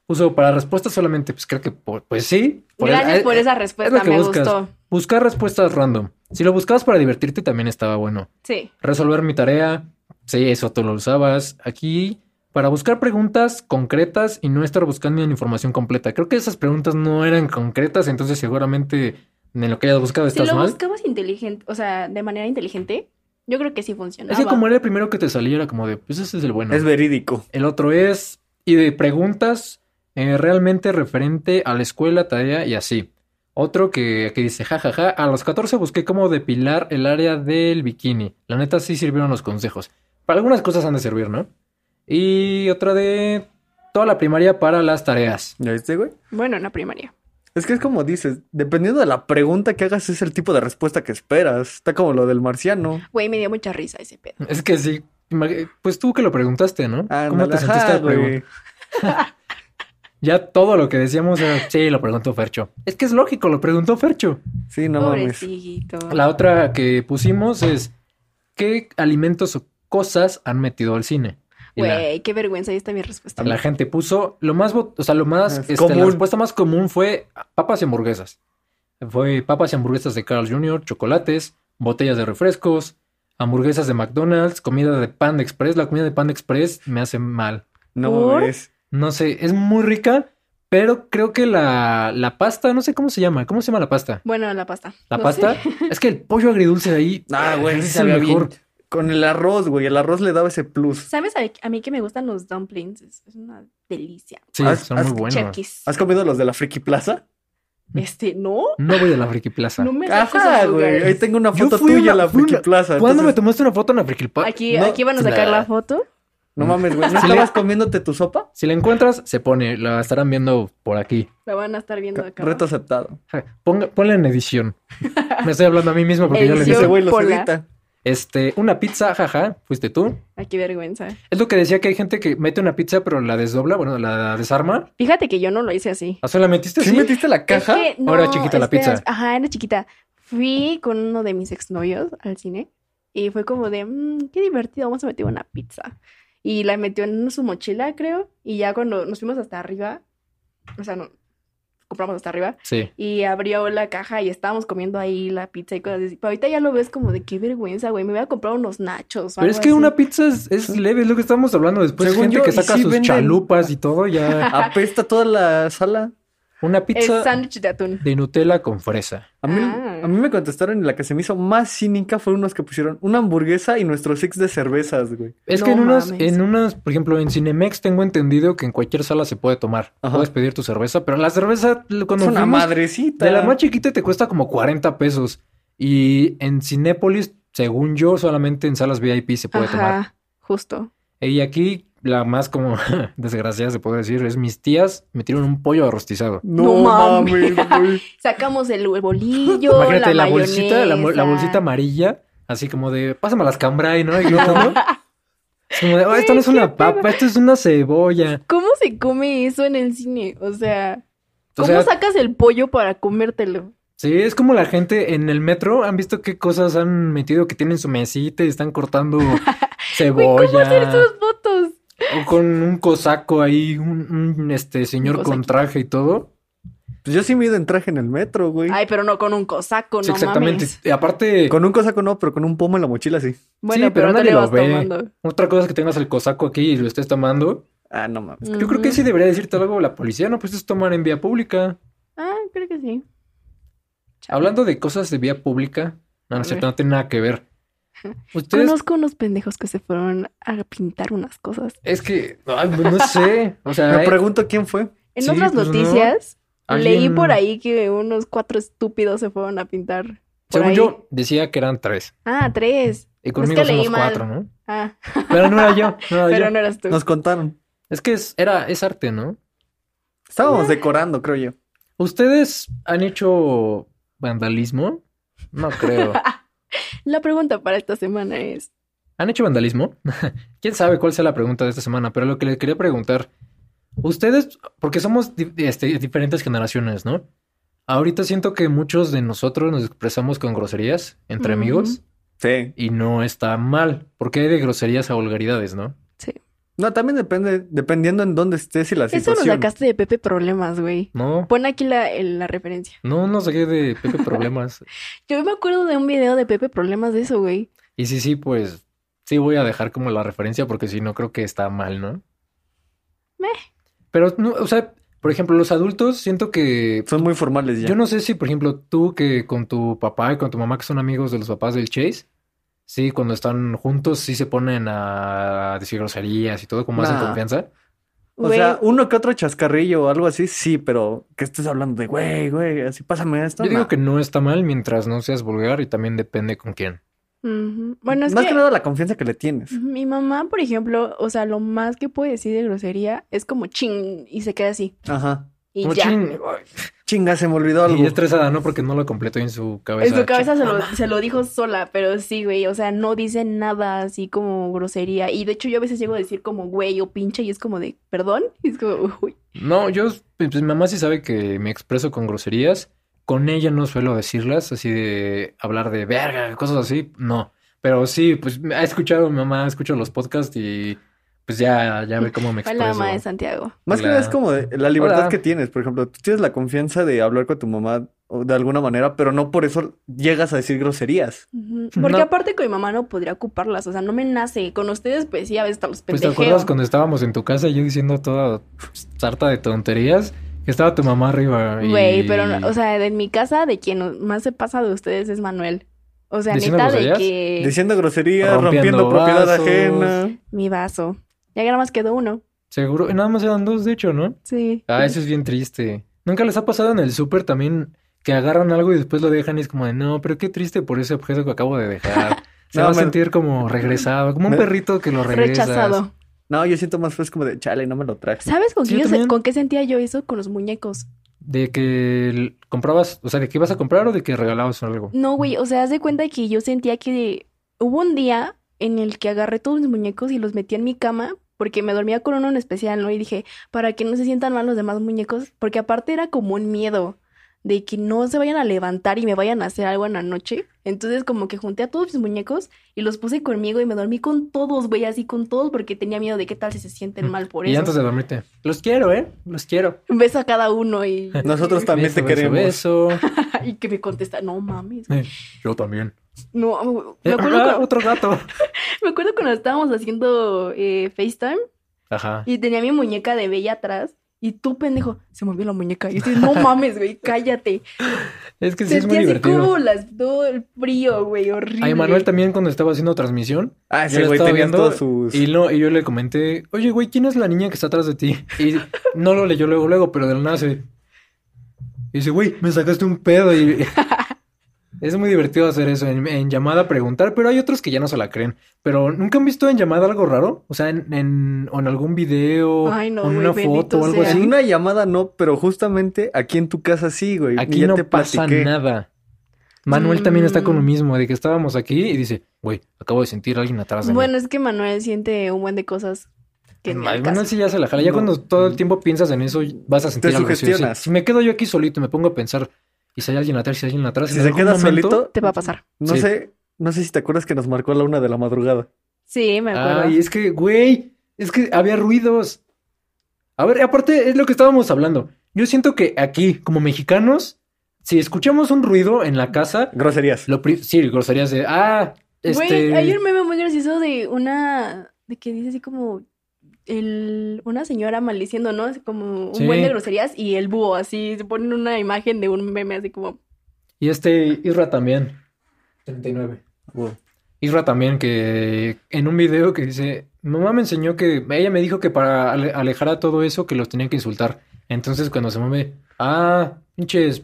Puso para respuestas solamente, pues creo que por- pues sí. por el-
Gracias
eh,
por esa respuesta,
que
me
buscas.
gustó.
Buscar respuestas random. Si lo buscabas para divertirte también estaba bueno.
Sí.
Resolver mi tarea, sí, eso tú lo usabas. Aquí, para buscar preguntas concretas y no estar buscando en información completa. Creo que esas preguntas no eran concretas, entonces seguramente en lo que hayas buscado
Si
estás
lo
mal.
buscabas inteligente, o sea, de manera inteligente, yo creo que sí funcionaba.
Es que como era el primero que te salía, era como de, pues ese es el bueno.
Es verídico.
El otro es, y de preguntas eh, realmente referente a la escuela, tarea y así. Otro que, que dice, jajaja, a los 14 busqué cómo depilar el área del bikini. La neta sí sirvieron los consejos. Para algunas cosas han de servir, ¿no? Y otra de toda la primaria para las tareas.
¿Ya viste, güey?
Bueno, en la primaria.
Es que es como dices, dependiendo de la pregunta que hagas, es el tipo de respuesta que esperas. Está como lo del marciano.
Güey, me dio mucha risa ese pedo.
Es que sí, imag- pues tú que lo preguntaste, ¿no? ¿Cómo
Ándale,
te
ajá,
sentiste al pregun-
güey.
Ya todo lo que decíamos era, sí, lo preguntó Fercho. Es que es lógico, lo preguntó Fercho.
Sí, no mames.
Pobrecito.
La otra que pusimos es ¿qué alimentos o cosas han metido al cine? Y la-
Güey, qué vergüenza, ahí está mi respuesta.
la, gente puso lo más, vot- o sea, lo más,
Es
este, la
común.
respuesta más común fue papas y hamburguesas. Fue papas y hamburguesas de Carl Jr., chocolates, botellas de refrescos, hamburguesas de McDonald's, comida de Panda Express. La comida de Panda Express me hace mal.
No
¿Por?
mames.
No sé, es muy rica, pero creo que la, la pasta, no sé cómo se llama. ¿Cómo se llama la pasta?
Bueno, la pasta.
La
No sé.
pasta. Es que el pollo agridulce de ahí
Ah, güey,
es
sí
el
sabía bien.
mejor.
Con el arroz, güey. El arroz le daba ese plus.
¿Sabes a, a mí que me gustan los dumplings? Es es una delicia.
Sí,
Haz-
son
haz
muy buenos.
Chuckies.
¿Has comido los de la Friki Plaza?
Este, no,
No voy a la Friki Plaza.
no me saques
Ajá,
esos
güey.
lugares.
Ahí tengo una
Yo
foto
fui a
tuya en
la-
la Friki
una-
Plaza.
¿Cuándo me
Entonces,
tomaste una foto en la Friki Plaza?
Aquí,
No,
aquí van a sacar
nah.
la foto.
No mames, güey. ¿No
Sí, le-
estabas comiéndote tu sopa?
Si la encuentras, se pone. La estarán viendo por aquí.
La van a estar viendo acá.
Reto aceptado.
Ja, Ponga, ponla en edición. Me estoy hablando a mí mismo porque yo le
Y
Edición.
dije.
ese güey los
Pola.
edita.
Este, una pizza, jaja, fuiste tú.
Ay, qué vergüenza.
Es lo que decía que hay gente que mete una pizza pero la desdobla, bueno, la desarma.
Fíjate que yo no lo hice así.
¿O sea, la metiste
¿Sí,
así?
metiste la caja?
Es que,
¿O era Ah, chiquita la pizza?
Ajá, era chiquita. Fui con uno de mis exnovios al cine y fue como de, "Mm, qué divertido, vamos a meter una pizza. Y la metió en su mochila, creo, y ya cuando nos fuimos hasta arriba, o sea, no, compramos hasta arriba,
Sí.
y abrió la caja y estábamos comiendo ahí la pizza y cosas así. Pero ahorita ya lo ves como de qué vergüenza, güey, me voy a comprar unos nachos. o
Pero
algo
es que
así".
una pizza es, es leve, es lo que estamos hablando. Después
Según
gente
yo,
que
y
saca
sí
sus
venden-
chalupas y todo, ya.
Apesta toda la sala.
Una
Es
pizza
sándwich de atún.
de Nutella con fresa.
A mí,
Ah.
a mí me contestaron y la que se me hizo más cínica fue unos que pusieron una hamburguesa y nuestros six de cervezas, güey.
Es
No
que en unas,
mames.
en unas, por ejemplo, en Cinemex tengo entendido que en cualquier sala se puede tomar.
Ajá.
Puedes pedir tu cerveza, pero la cerveza l- cuando
es una
fuimos,
madrecita.
de la más chiquita te cuesta como 40 pesos. Y en Cinépolis, según yo, solamente en salas VIP se puede tomar.
Ajá, justo.
Y aquí la más como desgraciada se puede decir es mis tías metieron un pollo rostizado.
No,
No mames.
mames, güey.
Sacamos el el bolillo,
Imagínate la,
la,
bolsita, la, mo- la
mayonesa.
bolsita amarilla, así como de pásame las cambray, ¿no? Y gritando. Es como de, "Ah, esto no es una papa, esto es una cebolla.
¿Cómo se come eso en el cine? O sea,
O
¿cómo
sea,
sacas el pollo para comértelo?
Sí, es como la gente en el metro. ¿Han visto qué cosas han metido que tienen su mesita y están cortando
Güey, ¿cómo hacer
cebolla?
esas fotos?
O con un cosaco ahí, un, un, este señor con
cosaquito.
traje y todo.
Pues yo sí me he ido en traje en el metro, güey.
Ay, pero no con un cosaco,
Sí,
Oh, no
exactamente.
mames.
Y aparte,
Con un cosaco no, pero con un pomo en la mochila sí.
Bueno,
Sí, pero
pero, no te
nadie
lo
lo
vas
ve.
tomando.
otra cosa es que tengas el cosaco aquí y lo estés tomando.
Ah, no mames.
Yo creo que
Ujú.
sí debería decirte algo la policía. No puedes tomar en vía pública.
Ah, creo que sí. Chale.
Hablando de cosas de vía pública, no, no, es cierto, no tiene nada que ver. Ustedes
Conozco unos pendejos que se fueron a pintar unas cosas.
es que ay, pues no sé, o sea,
Me pregunto quién fue.
En
Sí,
otras
pues, ¿no?
noticias, leí
alguien-
por ahí que unos cuatro estúpidos se fueron a pintar. por
Según
ahí.
yo decía que eran tres.
Ah, tres.
Y conmigo
que leí
somos
mal.
cuatro, ¿no?
Ah,
Pero no era yo, no era Ah, yo.
pero no eras tú.
Nos contaron.
Es que es, era, es arte, ¿no?
Estábamos decorando, creo yo.
¿Ustedes han hecho vandalismo? No creo.
La pregunta para esta semana es,
¿Han hecho vandalismo? ¿Quién sabe cuál sea la pregunta de esta semana? Pero lo que les quería preguntar, ustedes, porque somos di- este, diferentes generaciones, ¿no? Ahorita siento que muchos de nosotros nos expresamos con groserías entre
Ujú.
amigos
Sí.
y no está mal, porque hay de groserías a vulgaridades, ¿no?
No, también depende, dependiendo en dónde estés y la
eso lo
situación.
sacaste de Pepe Problemas, güey.
No,
Pon aquí la, el- la referencia.
no, no saqué de Pepe problemas.
Yo me acuerdo de un video de Pepe Problemas de eso, güey.
Y sí, sí, pues sí voy a dejar como la referencia porque si no creo que está mal, ¿no?
Meh.
Pero, no, o sea, por ejemplo, los adultos siento que
Son muy formales ya.
Yo no sé si, por ejemplo, tú que con tu papá y con tu mamá que son amigos de los papás del Chase, sí, cuando están juntos sí se ponen a decir groserías y todo, como hacen
Nah.
confianza.
O
Güey,
sea, uno que otro chascarrillo o algo así, sí, pero que estés hablando de, güey, güey, así pásame esto.
Yo
nah.
digo que no está mal mientras no seas vulgar y también depende con quién.
ujú. Bueno, es
Más
que...
que nada la confianza que le tienes.
Mi mamá, por ejemplo, o sea, lo más que puede decir de grosería es como ching y se queda así.
Ajá.
Y
Como
ya.
chin,
Chinga, se me olvidó
y
algo.
estresada, ¿no? Porque no lo completó en su cabeza.
En su cabeza se lo, se lo dijo sola, pero sí, güey. O sea, no dice nada así como grosería. Y de hecho, yo a veces llego a decir como güey o pinche y es como de perdón. Y es como, uy.
No, yo, pues mi mamá sí sabe que me expreso con groserías. Con ella no suelo decirlas, así de hablar de verga, cosas así, no. Pero sí, pues me ha escuchado mi mamá, escucho los podcasts y pues ya, ya ve cómo me
Fue la
expreso.
mamá de Santiago.
Más que
Hola.
nada es como de- la libertad
Hola.
que tienes. Por ejemplo, tú tienes la confianza de hablar con tu mamá o de alguna manera, pero no por eso llegas a decir groserías.
Ujú. Porque
No.
aparte con mi mamá no podría ocuparlas. O sea, no me nace. Con ustedes, pues sí, a veces hasta los
Pues te
pendejeo.
acuerdas cuando estábamos en tu casa y yo diciendo toda sarta de tonterías, que estaba tu mamá arriba y
Güey, pero, no- o sea, en mi casa, de quien más se pasa de ustedes es Manuel. O sea,
¿Diciendo
neta, de
groserías?
que...
Diciendo groserías,
Rompiendo
rompiendo, propiedad
vasos.
ajena.
Mi vaso. Ya que nada más quedó uno.
seguro, nada más eran dos, de hecho, ¿no?
Sí.
Ah, eso es bien triste. ¿Nunca les ha pasado en el súper también que agarran algo y después lo dejan y es como de, no, pero qué triste por ese objeto que acabo de dejar? Se
No,
va a
me-
sentir como regresado, como un
me-
perrito que lo regresas.
Rechazado.
No, yo siento más pues como de, chale, no me lo traje.
¿Sabes con,
Sí,
qué
yo
yo se-
también.
con qué sentía yo eso? Con los muñecos.
De que l- comprabas, o sea, de que ibas a comprar o de que regalabas algo.
No, güey. O sea, haz de cuenta que yo sentía que hubo un día en el que agarré todos mis muñecos y los metí en mi cama porque me dormía con uno en especial, ¿no? Y dije, para que no se sientan mal los demás muñecos, porque aparte era como un miedo de que no se vayan a levantar y me vayan a hacer algo en la noche. Entonces como que junté a todos mis muñecos y los puse conmigo y me dormí con todos, güey, así con todos porque tenía miedo de qué tal si se sienten mal por
Mm. Y
eso.
antes de dormirte, los quiero, ¿eh? Los quiero.
Un beso a cada uno y,
Nosotros también te
Beso, beso,
queremos.
beso.
y que me contesta, no mames.
Yo también.
No, me
Eh,
acuerdo,
ah,
cu-
otro gato.
me acuerdo cuando estábamos haciendo eh, FaceTime
Ajá.
y tenía mi muñeca de Bella atrás. Y tú, pendejo, se movió la muñeca. Y yo dije, no mames, güey, cállate.
Es que sí es
Sentí
muy
así
divertido.
como las, todo el frío, güey, horrible.
A Emanuel también cuando estaba haciendo transmisión,
Ah,
Yo
ese
lo
güey
estaba
tenía
viendo
todos sus...
Y, no, y yo le comenté, oye, güey, ¿quién es la niña que está atrás de ti? Y no lo leyó luego, luego, pero de la nada se... Y dice, güey, me sacaste un pedo. Y... es muy divertido hacer eso, en, en llamada preguntar, pero hay otros que ya no se la creen. Pero ¿nunca han visto en llamada algo raro? O sea, en, en, o en algún video,
Ay, no,
o en
güey,
una
bendito
foto o algo
sea.
En
así.
una llamada no, pero justamente aquí en tu casa sí, güey.
Aquí
ya
no
te
pasa
platiqué.
nada. Manuel también está con lo
Mm.
mismo, de que estábamos aquí y dice, güey, acabo de sentir a alguien atrás de mí.
Bueno, es que Manuel siente un buen de cosas que ni al
Ay, Manuel
caso.
sí ya se la jala. Ya
No.
cuando todo el tiempo piensas en eso, vas a sentir algo. así. Si,
sugestionas.
si me quedo yo aquí solito y me pongo a pensar, y si hay alguien atrás, si hay alguien atrás.
Si
en
se
algún
queda
momento-
solito,
Te va a pasar.
no
Sí.
sé, no sé si te acuerdas que nos marcó a la una de la madrugada.
Sí, me acuerdo.
Ay, es que, güey, es que había ruidos. A ver, aparte es lo que estábamos hablando. Yo siento que aquí, como mexicanos, si escuchamos un ruido en la casa,
Groserías.
lo pri- sí, groserías de, ah, este...
Güey, hay un meme muy gracioso de una, de que dice así como el, una señora maldiciendo, ¿no? Así como un
Sí.
buen de groserías y el búho, así, se ponen una imagen de un meme así como,
Y este Isra también. 39.
Wow.
Isra también, que en un video que dice, mamá me enseñó que, ella me dijo que para ale- alejar a todo eso que los tenía que insultar. Entonces cuando se mueve, ah, pinches,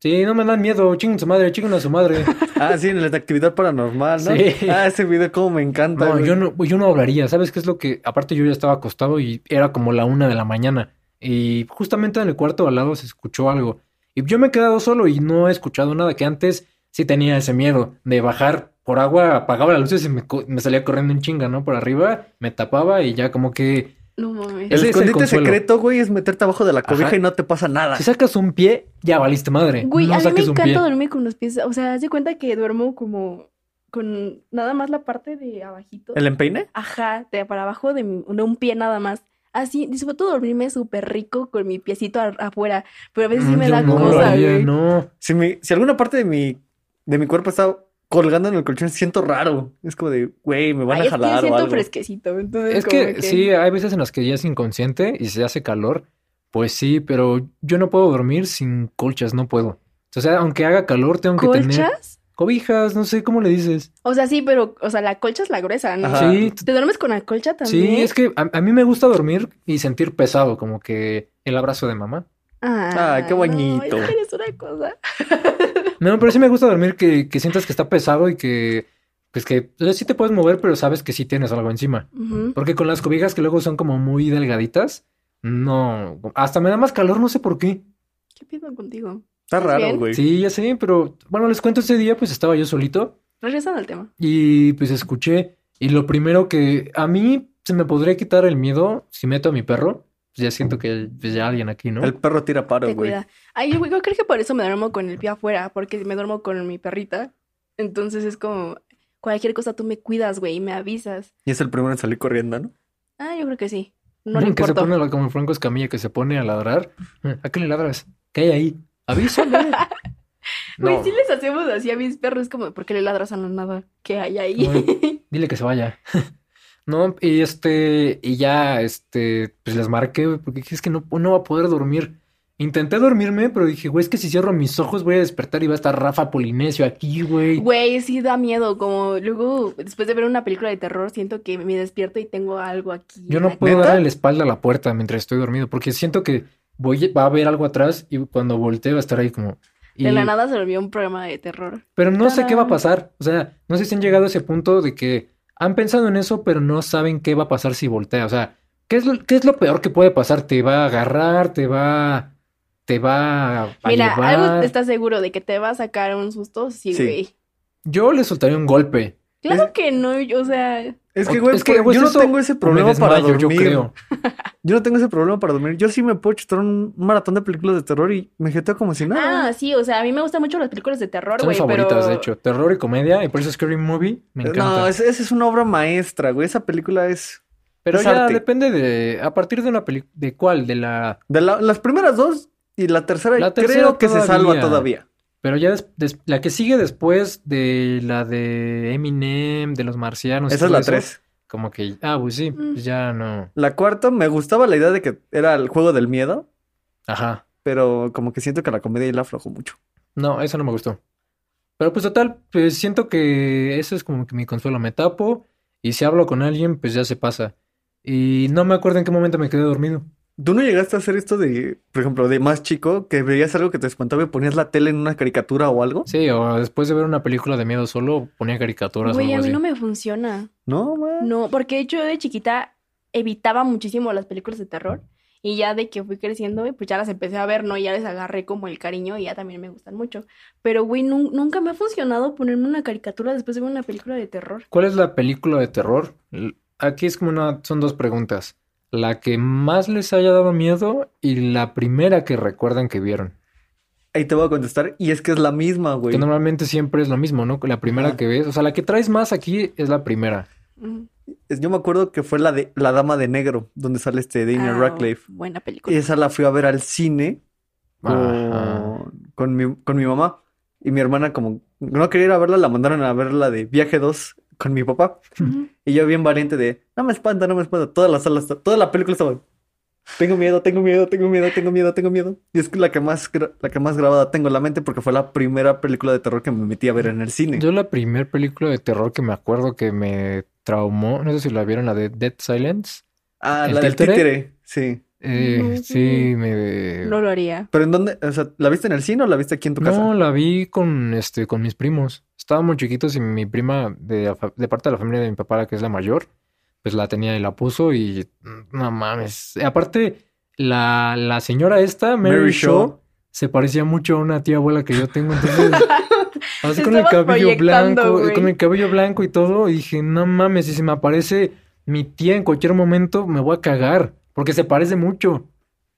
sí, no me dan miedo, chinguen su madre, chinguen a su madre.
Ah, sí, en la de actividad paranormal, ¿no?
Sí.
Ah, ese video como me encanta.
No,
güey.
yo no, yo no hablaría, ¿sabes qué es lo que? Aparte yo ya estaba acostado y era como la una de la mañana. y justamente en el cuarto al lado se escuchó algo. Y yo me he quedado solo y no he escuchado nada que antes sí tenía ese miedo de bajar por agua, apagaba las luces y me, co- me salía corriendo en chinga, ¿no? Por arriba, me tapaba y ya como que
No
Ese
mames.
El
es el
escondite
consuelo.
secreto, güey, es meterte abajo de la cobija
Ajá.
y no te pasa nada.
si sacas un pie, ya valiste madre.
Güey,
Eh, no
a mí me
saques un
encanta
pie.
dormir con los pies. O sea, haz de cuenta que duermo como con nada más la parte de abajito.
¿El empeine?
Ajá, de para abajo de, mi- de un pie nada más. Así, disfruto dormirme súper rico con mi piecito a- afuera. Pero a veces sí
Mm,
me
yo
da
no, lo
cosa,
haría,
güey.
no.
Si, mi- si alguna parte de mi, de mi cuerpo está colgando en el colchón, siento raro. Es como de, güey, me van
Ay,
a
es que yo
jalar o
siento
algo.
fresquecito. Entonces,
Es
como
que sí, hay veces en las que ya es inconsciente y se hace calor, pues sí, pero yo no puedo dormir sin colchas, no puedo. O sea, aunque haga calor, tengo que tener
¿Colchas?
cobijas, no sé cómo le dices.
O sea, sí, pero, o sea, la colcha es la gruesa, ¿no?
Ajá.
Sí,
¿Te duermes con la colcha también?
Sí, es que a, a mí me gusta dormir y sentir pesado, como que el abrazo de mamá.
Ah,
qué bonito.
No, es que eres una cosa.
No, pero sí me gusta dormir que, que sientas que está pesado y que, pues que o sea, sí te puedes mover, pero sabes que sí tienes algo encima.
Ujú.
Porque con las cobijas que luego son como muy delgaditas, no, hasta me da más calor, no sé por qué.
¿Qué pido contigo?
Está
¿Estás
raro,
bien?
güey.
Sí, ya sé, pero bueno, les cuento ese día, pues estaba yo solito
Regresando al tema.
y pues escuché. Y lo primero que a mí se me podría quitar el miedo si meto a mi perro, pues ya siento que pues, ya alguien aquí, ¿no?
El perro tira paro,
Te
güey.
cuida. Ay, yo, yo creo que por eso me duermo con el pie afuera, porque me duermo con mi perrita. Entonces es como, cualquier cosa tú me cuidas, güey, y me avisas.
Y es el primero en salir corriendo, ¿no?
Ah, yo creo que sí. No le
que se
importo.
pone la- como Franco Escamilla que se pone a ladrar. "Eh, ¿A qué le ladras? ¿Qué hay ahí? Avísame.
Güey,
No,
sí les hacemos así a mis perros, como, ¿por qué le ladras a la nada? ¿Qué hay ahí?
dile que se vaya. No, y este, y ya, este, pues les marqué, güey, porque dije, es que no, no va a poder dormir. Intenté dormirme, pero dije, güey, es que si cierro mis ojos voy a despertar y va a estar Rafa Polinesio aquí, güey.
Güey, sí da miedo, como luego, después de ver una película de terror, siento que me despierto y tengo algo aquí.
Yo no
aquí.
puedo
¿Neta?
darle la espalda a la puerta mientras estoy dormido, porque siento que voy, va a haber algo atrás y cuando voltee va a estar ahí como.
De la
y-
nada se volvió un programa de terror.
Pero no sé qué va a
Tarán.
pasar. O sea, no sé si han llegado a ese punto de que han pensado en eso, pero no saben qué va a pasar si voltea. O sea, ¿qué es lo, qué es lo peor que puede pasar? ¿Te va a agarrar? ¿Te va, te va a
Mira, algo
llevar?
estás seguro de que te va a sacar un susto, sí,
Sí.
güey.
Yo le soltaría un golpe.
Claro que no, yo- o sea,
Es que,
O-
güey,
es que,
pues,
güey,
yo no
eso
tengo ese
o me
problema para
desmayo,
dormir.
yo creo.
Yo no tengo ese problema para dormir. Yo sí me puedo chutar un maratón de películas de terror y me jeteo como si nada.
Ah, sí, o sea, a mí me gustan mucho las películas de terror,
Son mis
güey,
favoritas,
pero...
de hecho. Terror y comedia, y por eso Scary Movie me encanta.
Eh, no, es- esa es una obra maestra, güey. Esa película es...
Pero
es
ya
arte.
depende de... ¿A partir de una película? ¿De cuál? De la...
De la- las primeras dos y la tercera,
La tercera
creo que se salva
todavía.
todavía.
Pero ya des- des- la que sigue después de la de Eminem, de los marcianos. y
Esa es
todo
la
eso,
tres.
Como que, ah, pues sí,
Mm.
pues ya no.
La cuarta me gustaba la idea de que era el juego del miedo,
Ajá.
pero como que siento que la comedia ahí la aflojó mucho.
No, eso no me gustó. Pero pues total, pues siento que eso es como que mi consuelo. Me tapo y si hablo con alguien, pues ya se pasa. Y no me acuerdo en qué momento me quedé dormido.
¿Tú no llegaste a hacer esto de, por ejemplo, de más chico, que veías algo que te espantaba y ponías la tele en una caricatura o algo?
Sí, o después de ver una película de miedo solo, ponía caricaturas o
Güey, a
algo
mí
así.
no me funciona.
No, man.
No, porque de hecho yo de chiquita evitaba muchísimo las películas de terror. Y ya de que fui creciendo, güey, pues ya las empecé a ver, ¿no? Y ya les agarré como el cariño y ya también me gustan mucho. Pero, güey, nun- nunca me ha funcionado ponerme una caricatura después de ver una película de terror.
¿Cuál es la película de terror? L- Aquí es como una, son dos preguntas. La que más les haya dado miedo y la primera que recuerdan que vieron.
Ahí te voy a contestar. Y es que es la misma, güey.
Que normalmente siempre es lo mismo, ¿no? La primera
Ajá.
que ves, o sea, la que traes más aquí es la primera.
Ujú.
Es- Yo me acuerdo que fue la de La Dama de Negro, donde sale este Daniel
Ah,
Radcliffe.
Buena película.
Esa la fui a ver al cine
Ajá.
con, con mi, con mi mamá. Y mi hermana, como no quería ir a verla, la mandaron a verla de Viaje 2 con mi papá.
Ujú.
Y yo bien valiente de, no me espanta, no me espanta. Toda la sala, está- toda la película estaba, tengo miedo, tengo miedo, tengo miedo, tengo miedo, tengo miedo. Y es que la que más, gra- la que más grabada tengo en la mente porque fue la primera película de terror que me metí a ver en el cine.
Yo la primera película de terror que me acuerdo que me traumó, no sé si la vieron, la de Dead Silence.
ah,
¿el
la del
títere?
títere, sí.
Eh,
No,
sí,
güey.
me...
No lo haría.
Pero en dónde, o sea, ¿la viste en el cine o la viste aquí en tu
No,
casa?
la vi con, este, con mis primos. Estábamos chiquitos y mi prima, de, la fa- de parte de la familia de mi papá, la que es la mayor, pues la tenía y la puso y mm, no mames. Aparte, la, la señora esta, Mary,
Mary
Shaw,
Shaw.
se parecía mucho a una tía abuela que yo tengo. Entonces, así con el
Estabas
cabello
proyectando,
blanco,
güey.
con el cabello blanco y todo, y dije, no mames, si se me aparece mi tía en cualquier momento, me voy a cagar, porque se parece mucho.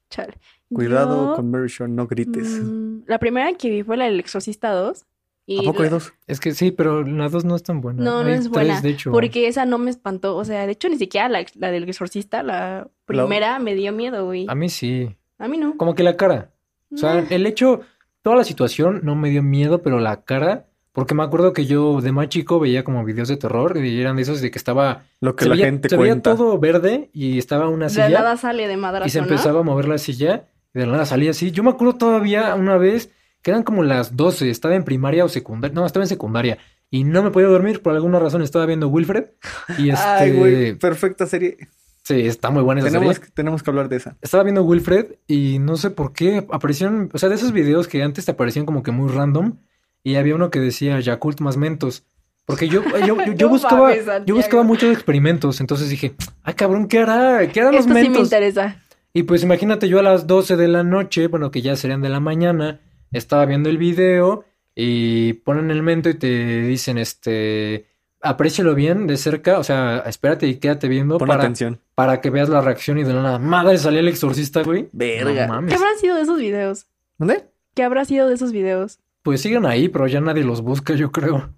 Chale.
Cuidado
Yo,
con Mary Shaw, no grites.
mm, la primera que vi fue la del Exorcista 2. Y
¿A poco hay
la-
dos?
Es que sí, pero las dos no es tan buena.
No, no
Hay
es
tres,
buena,
de hecho.
Porque esa no me espantó. O sea, de hecho, ni siquiera la, la del Exorcista, la primera, me dio miedo, güey.
A mí sí.
A mí no.
Como que la cara. O
Mm.
sea, el hecho, toda la situación no me dio miedo, pero la cara, porque me acuerdo que yo de más chico veía como videos de terror y eran de esos de que estaba,
Lo que
se
la
veía,
gente
se veía
cuenta.
todo verde y estaba una
de la
silla
nada sale de madrazo,
y se
¿no?
empezaba a mover la silla y de la nada salía así. Yo me acuerdo todavía una vez que eran como las 12, estaba en primaria o secundaria, no, estaba en secundaria y no me podía dormir, por alguna razón estaba viendo Wilfred y este,
Ay, güey, perfecta serie.
sí, está muy buena esa serie.
Tenemos, que- tenemos que hablar de esa.
Estaba viendo Wilfred y no sé por qué aparecieron, o sea, de esos videos que antes te aparecían como que muy random y había uno que decía Yakult más mentos. Porque yo, yo, yo, yo
No
buscaba,
mames,
yo
Santiago.
buscaba muchos experimentos, entonces dije, ay cabrón, ¿qué hará? ¿Qué harán los
Esto sí me
mentos?
interesa.
y pues imagínate yo a las 12 de la noche, bueno, que ya serían de la mañana, estaba viendo el video y ponen el mento y te dicen, este, aprécialo bien de cerca, o sea, espérate y quédate viendo
Pon
para,
atención.
para que veas la reacción y de la nada, madre, salía el exorcista, güey. No
Verga.
¿Qué
mames.
habrá sido de esos videos?
¿Dónde?
¿Qué habrá sido de esos videos?
Pues siguen ahí, pero ya nadie los busca, yo creo.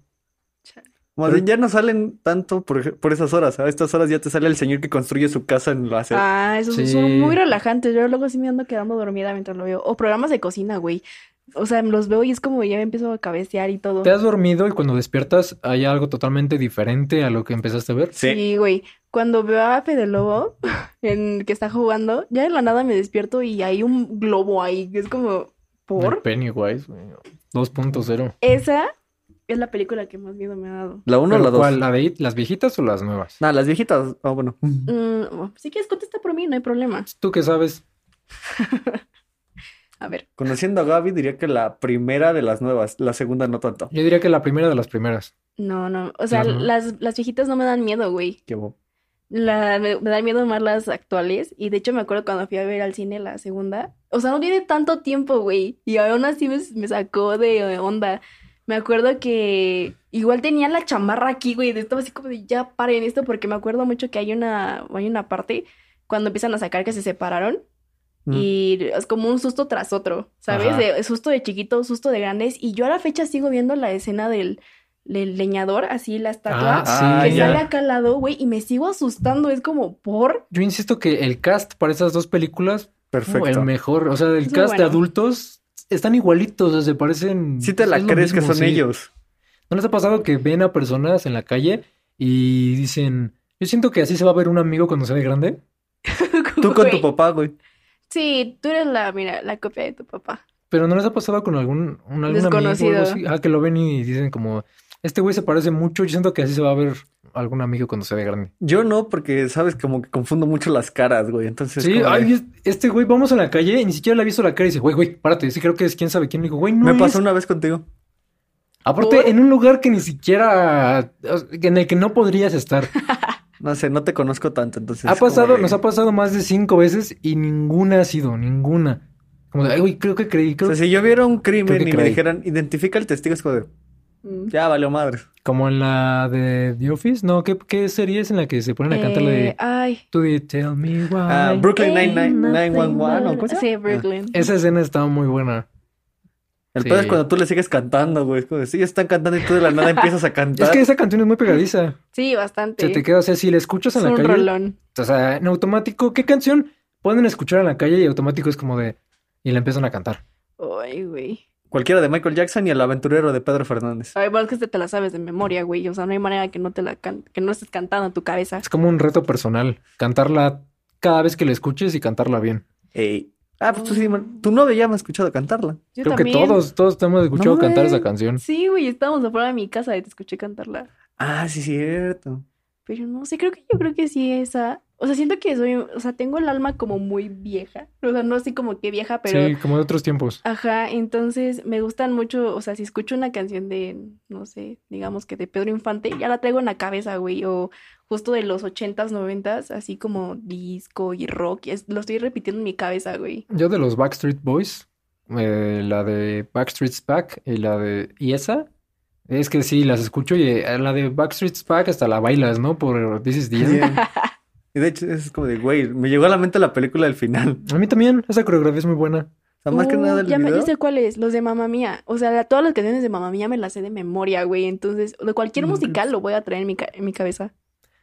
Más
Pero-
bien, ya no salen tanto por, ej- por esas horas. A estas horas ya te sale el señor que construye su casa en la acera.
Ah, esos
Sí.
son muy relajantes. Yo luego sí me ando quedando dormida mientras lo veo. O programas de cocina, güey. O sea, los veo y es como ya me empiezo a cabecear y todo.
¿Te has dormido y cuando despiertas hay algo totalmente diferente a lo que empezaste a ver?
Sí.
Sí, güey. Cuando veo a Fede Lobo, en que está jugando, ya de la nada me despierto y hay un globo ahí. que Es como,
El
¿por?
Pennywise, güey, 2.0.
Esa es la película que más miedo me ha dado.
La uno o
¿Pero
la dos.
cuál, la de- ¿Las viejitas o las nuevas?
Nah, las viejitas. Ah, bueno.
Mm, bueno, si quieres, contesta por mí, no hay problema.
¿Tú qué sabes?
A ver,
Conociendo a Gaby, diría que la primera de las nuevas. La segunda no tanto.
Yo diría que la primera de las primeras.
no, no. O sea,
Las no-
las, las viejitas no me dan miedo, güey.
Que bo-
La- me, me dan miedo más las actuales. Y de hecho, me acuerdo cuando fui a ver al cine la segunda. O sea, no tiene tanto tiempo, güey. Y aún así me, me sacó de onda. Me acuerdo que igual tenía la chamarra aquí, güey. de- Estaba así como de ya paren esto, porque me acuerdo mucho que hay una, hay una parte cuando empiezan a sacar que se separaron.
Mm.
Y es como un susto tras otro, ¿sabes?
Ajá.
De, susto de chiquito, susto de grandes. Y yo a la fecha sigo viendo la escena del, del leñador, así la estatua.
Ah, sí,
Ah,
Que
ya.
sale acá al lado, güey, y me sigo asustando. Es como, ¿por?
Yo insisto que el cast para esas dos películas, uh,
Perfecto.
el mejor. O sea, el
Es muy
cast de
bueno.
adultos están igualitos, o sea, se parecen.
Si te
pues es
la
lo
crees que
mismo,
son
sí.
ellos.
¿No les ha pasado que ven a personas en la calle y dicen, yo siento que así se va a ver un amigo cuando sea de grande?
Tú con tu
Güey.
papá, güey.
Sí, tú eres la, mira, la copia de tu papá.
Pero ¿no les ha pasado con algún, un, algún amigo o
Desconocido.
algo así? Ah, que lo ven y dicen como, este güey se parece mucho, yo siento que así se va a ver algún amigo cuando sea de grande.
Yo no, porque sabes, como que confundo mucho las caras, güey. Entonces,
Sí,
como de-
ay, es- este güey, vamos a la calle y ni siquiera le ha visto la cara y dice, güey, güey, párate, sí creo que es quién sabe quién. Le digo, güey, no
me
es".
pasó una vez contigo.
Aparte,
¿Por?
en un lugar que ni siquiera, en el que no podrías estar.
No sé, no te conozco tanto. Entonces,
Ha
es como
pasado,
de-
nos ha pasado más de cinco veces y ninguna ha sido, ninguna. Como de, ay, güey, creo que creí,
O
creo
sea, si yo viera un crimen
creo que
y me
creí.
dijeran, identifica al testigo, es como de,
Mm.
ya valió madre.
Como en la de The Office, no, ¿qué, qué serie es en la que se ponen a cantar la
Eh,
de
ay.
Do you tell me why?
Ah, Brooklyn Nine-Nine-
Ain't
911, ¿o
nothing
cómo se
but-
llama?
Sí, Brooklyn.
Esa escena estaba muy buena.
El
Sí.
pedo es cuando tú le sigues cantando, güey. Es como de, sí, están cantando y tú de la nada empiezas a cantar.
Es que esa canción es muy pegadiza.
Sí, bastante. ¿eh?
Se te queda, o sea, si la escuchas
es
en la
un
calle,
rolón.
o sea, en automático, ¿qué canción pueden escuchar en la calle y automático es como de y la empiezan a cantar?
Ay, güey.
Cualquiera de Michael Jackson y el aventurero de Pedro Fernández.
Ay, bueno, es que te, te la sabes de memoria, güey. O sea, no hay manera que no te la can- que no estés cantando en tu cabeza.
Es como un reto personal, cantarla cada vez que la escuches y cantarla bien.
Ey. Ah, pues tú sí, man- tu novia ya me ha escuchado cantarla.
Yo
Creo
también.
que todos, todos te hemos escuchado
No,
cantar
güey.
esa canción.
Sí, güey, estábamos afuera de mi casa y te escuché cantarla.
Ah, sí, cierto.
Pero no sé, creo que yo creo que sí esa. O sea, siento que soy, o sea, tengo el alma como muy vieja. O sea, no así como que vieja, pero
Sí, como de otros tiempos.
Ajá, entonces me gustan mucho, o sea, si escucho una canción de, no sé, digamos que de Pedro Infante, ya la traigo en la cabeza, güey, o justo de los ochentas, noventas, así como disco y rock, y es- lo estoy repitiendo en mi cabeza, güey.
Yo de los Backstreet Boys, eh, la de Backstreet's Back y la de... ¿Y esa? Es que sí, las escucho y eh, la de Backstreet's Back hasta la bailas, ¿no? Por This is the End.
Bien. Y de hecho, es como de, güey, me llegó a la mente la película del final.
A mí también, esa coreografía es muy buena.
O sea, más que
Uh,
nada el
ya, me, ya
video.
sé cuáles, los de Mamá Mía, o sea, la- todas las canciones de Mamá Mía me las sé de memoria, güey, entonces, de cualquier
Nunca
musical lo voy a traer en mi, ca- en mi cabeza.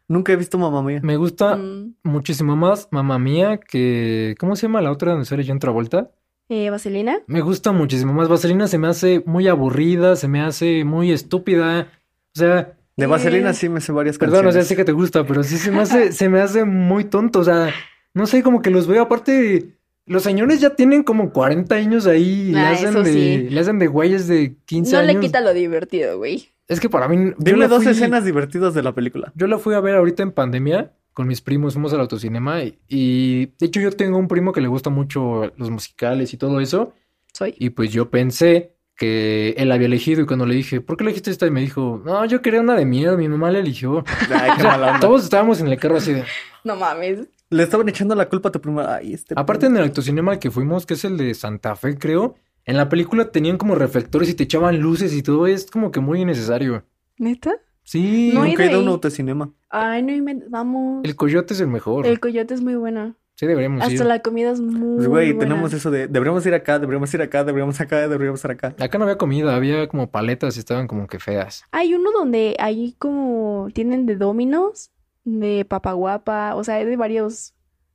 Nunca he visto Mamá Mía.
Me gusta
Mm,
muchísimo más Mamma Mía que... ¿Cómo se llama la otra donde sale John Travolta?
eh, ¿Vaselina?
Me gusta muchísimo más. Vaselina se me hace muy aburrida, se me hace muy estúpida. O sea,
De
Eh,
Vaselina sí me sé varias
Perdón, o sea,
canciones.
sé que te gusta, pero sí se me hace, se me hace muy tonto. O sea, no sé, como que los veo. Aparte, los señores ya tienen como 40 años ahí y le
Ah,
hacen
eso
de,
sí.
le hacen de güeyes de 15
No
años.
le quita lo divertido, güey.
Es que para mí. yo
Dime
la
dos
fui-
escenas divertidas de la película.
Yo la fui a ver ahorita en pandemia con mis primos, fuimos al autocinema y, y, de hecho yo tengo un primo que le gusta mucho los musicales y todo eso.
Soy.
Y pues yo pensé que él la había elegido y cuando le dije, ¿por qué elegiste esta? Y me dijo, no, yo quería una de miedo, mi mamá la eligió.
Ay, qué mala onda.
Todos estábamos en el carro así de...
No mames.
Le estaban echando la culpa a tu prima. Ay, este.
Aparte en el autocinema al que fuimos, que es el de Santa Fe, creo, en la película tenían como reflectores y te echaban luces y todo, es como que muy innecesario.
¿Neta?
Sí,
No he
Nunca he
ido
ido a un
ahí.
autocinema.
Ay, no inventes, vamos.
el coyote es el mejor.
El coyote es muy bueno.
Sí, deberíamos
Hasta
ir.
la comida es muy
Pues, güey,
buena.
tenemos eso de deberíamos ir acá, deberíamos ir acá, deberíamos acá, deberíamos ir acá.
Acá no había comida, había como paletas y estaban como que feas.
Hay uno donde ahí como tienen de dominos, de papaguapa, o sea, hay de varios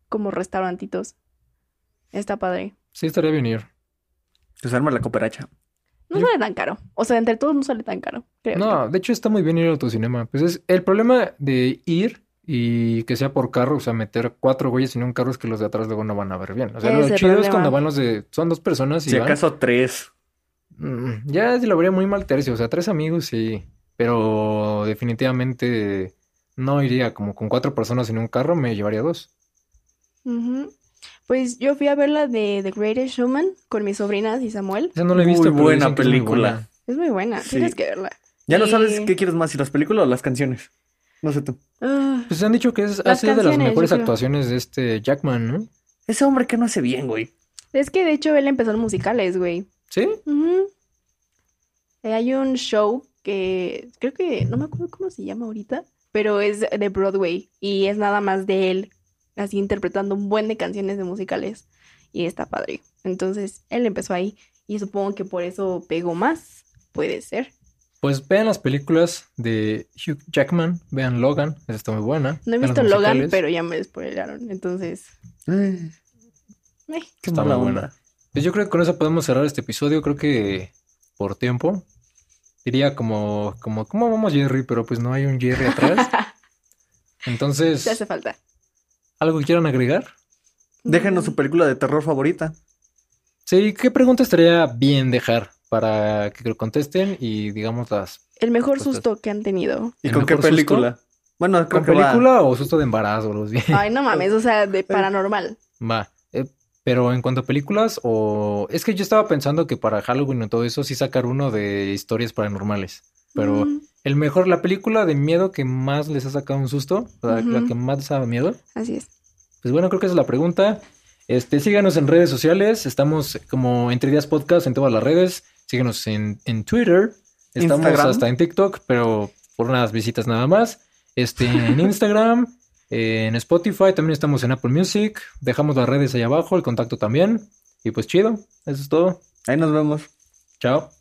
como restaurantitos. Está padre.
Sí, estaría bien ir.
Pues arma la cooperacha.
No
Yo-
sale tan caro. O sea, entre todos no sale tan caro, creo
No, de hecho está muy bien ir al autocinema. Pues es el problema de ir y que sea por carro, o sea, meter cuatro güeyes en un carro es que los de atrás luego no van a ver bien. O sea,
Ese
lo
es el
chido es
problema.
cuando van los de... Son dos personas y
si
van.
acaso tres.
Mm, Ya se lo vería muy mal tercio, o sea, tres amigos sí, pero definitivamente no iría como con cuatro personas en un carro, me llevaría dos.
yo. Ujú. Pues yo fui a ver la de The Greatest Showman con mis sobrinas y Samuel.
Esa no la he
Muy
visto, pero
buena
dicen que es muy
película.
buena.
Es muy buena,
Sí.
tienes que verla.
Ya no sabes
Eh.
qué quieres más, si las películas o las canciones. No sé tú.
Ah,
Pues han dicho que es, ha
Las
sido de las
canciones, yo
mejores
creo.
actuaciones de este Jackman, ¿no?
Ese hombre que no hace bien, güey.
es que de hecho él empezó en musicales, güey.
¿Sí?
Ujú. Eh, Hay un show que creo que no me acuerdo cómo se llama ahorita, pero es de Broadway y es nada más de él, así interpretando un buen de canciones de musicales y está padre. Entonces él empezó ahí y supongo que por eso pegó más, puede ser.
Pues vean las películas de Hugh Jackman, vean Logan, esa está muy buena.
No he
vean los
visto Logan,
musicales.
pero ya me spoilearon, entonces
Eh,
eh,
qué
Está
mala
muy
onda.
buena. Pues yo creo que con eso podemos cerrar este episodio, creo que por tiempo. Diría como, como, ¿cómo vamos Jerry? Pero pues no hay un Jerry atrás. Entonces...
te hace falta. Mm,
¿Algo que quieran agregar?
Déjenos su película de terror favorita.
Sí, ¿qué pregunta estaría bien dejar para que lo contesten y digamos las...
El mejor
Pues,
susto que han tenido.
¿Y
¿El
con qué
mejor susto?
película? Bueno, creo
¿Con
que va.
película o susto de embarazo? Los bien.
Ay, no mames, o sea, de paranormal.
Va. Eh, pero en cuanto a películas o... Es que yo estaba pensando que para Halloween o todo eso sí sacar uno de historias paranormales. Pero
Mm,
el mejor, la película de miedo que más les ha sacado un susto, la, la
Ujú.
que más les ha dado miedo,
así es.
Pues bueno, creo que esa es la pregunta. Este, síganos en redes sociales. Estamos como Entre Días Podcast en todas las redes. Síganos en, en Twitter. Estamos
Instagram.
hasta en TikTok, pero por unas visitas nada más. Este, en Instagram, en Spotify, también estamos en Apple Music. Dejamos las redes ahí abajo, el contacto también. Y pues chido, eso es todo.
Ahí nos vemos.
Chao.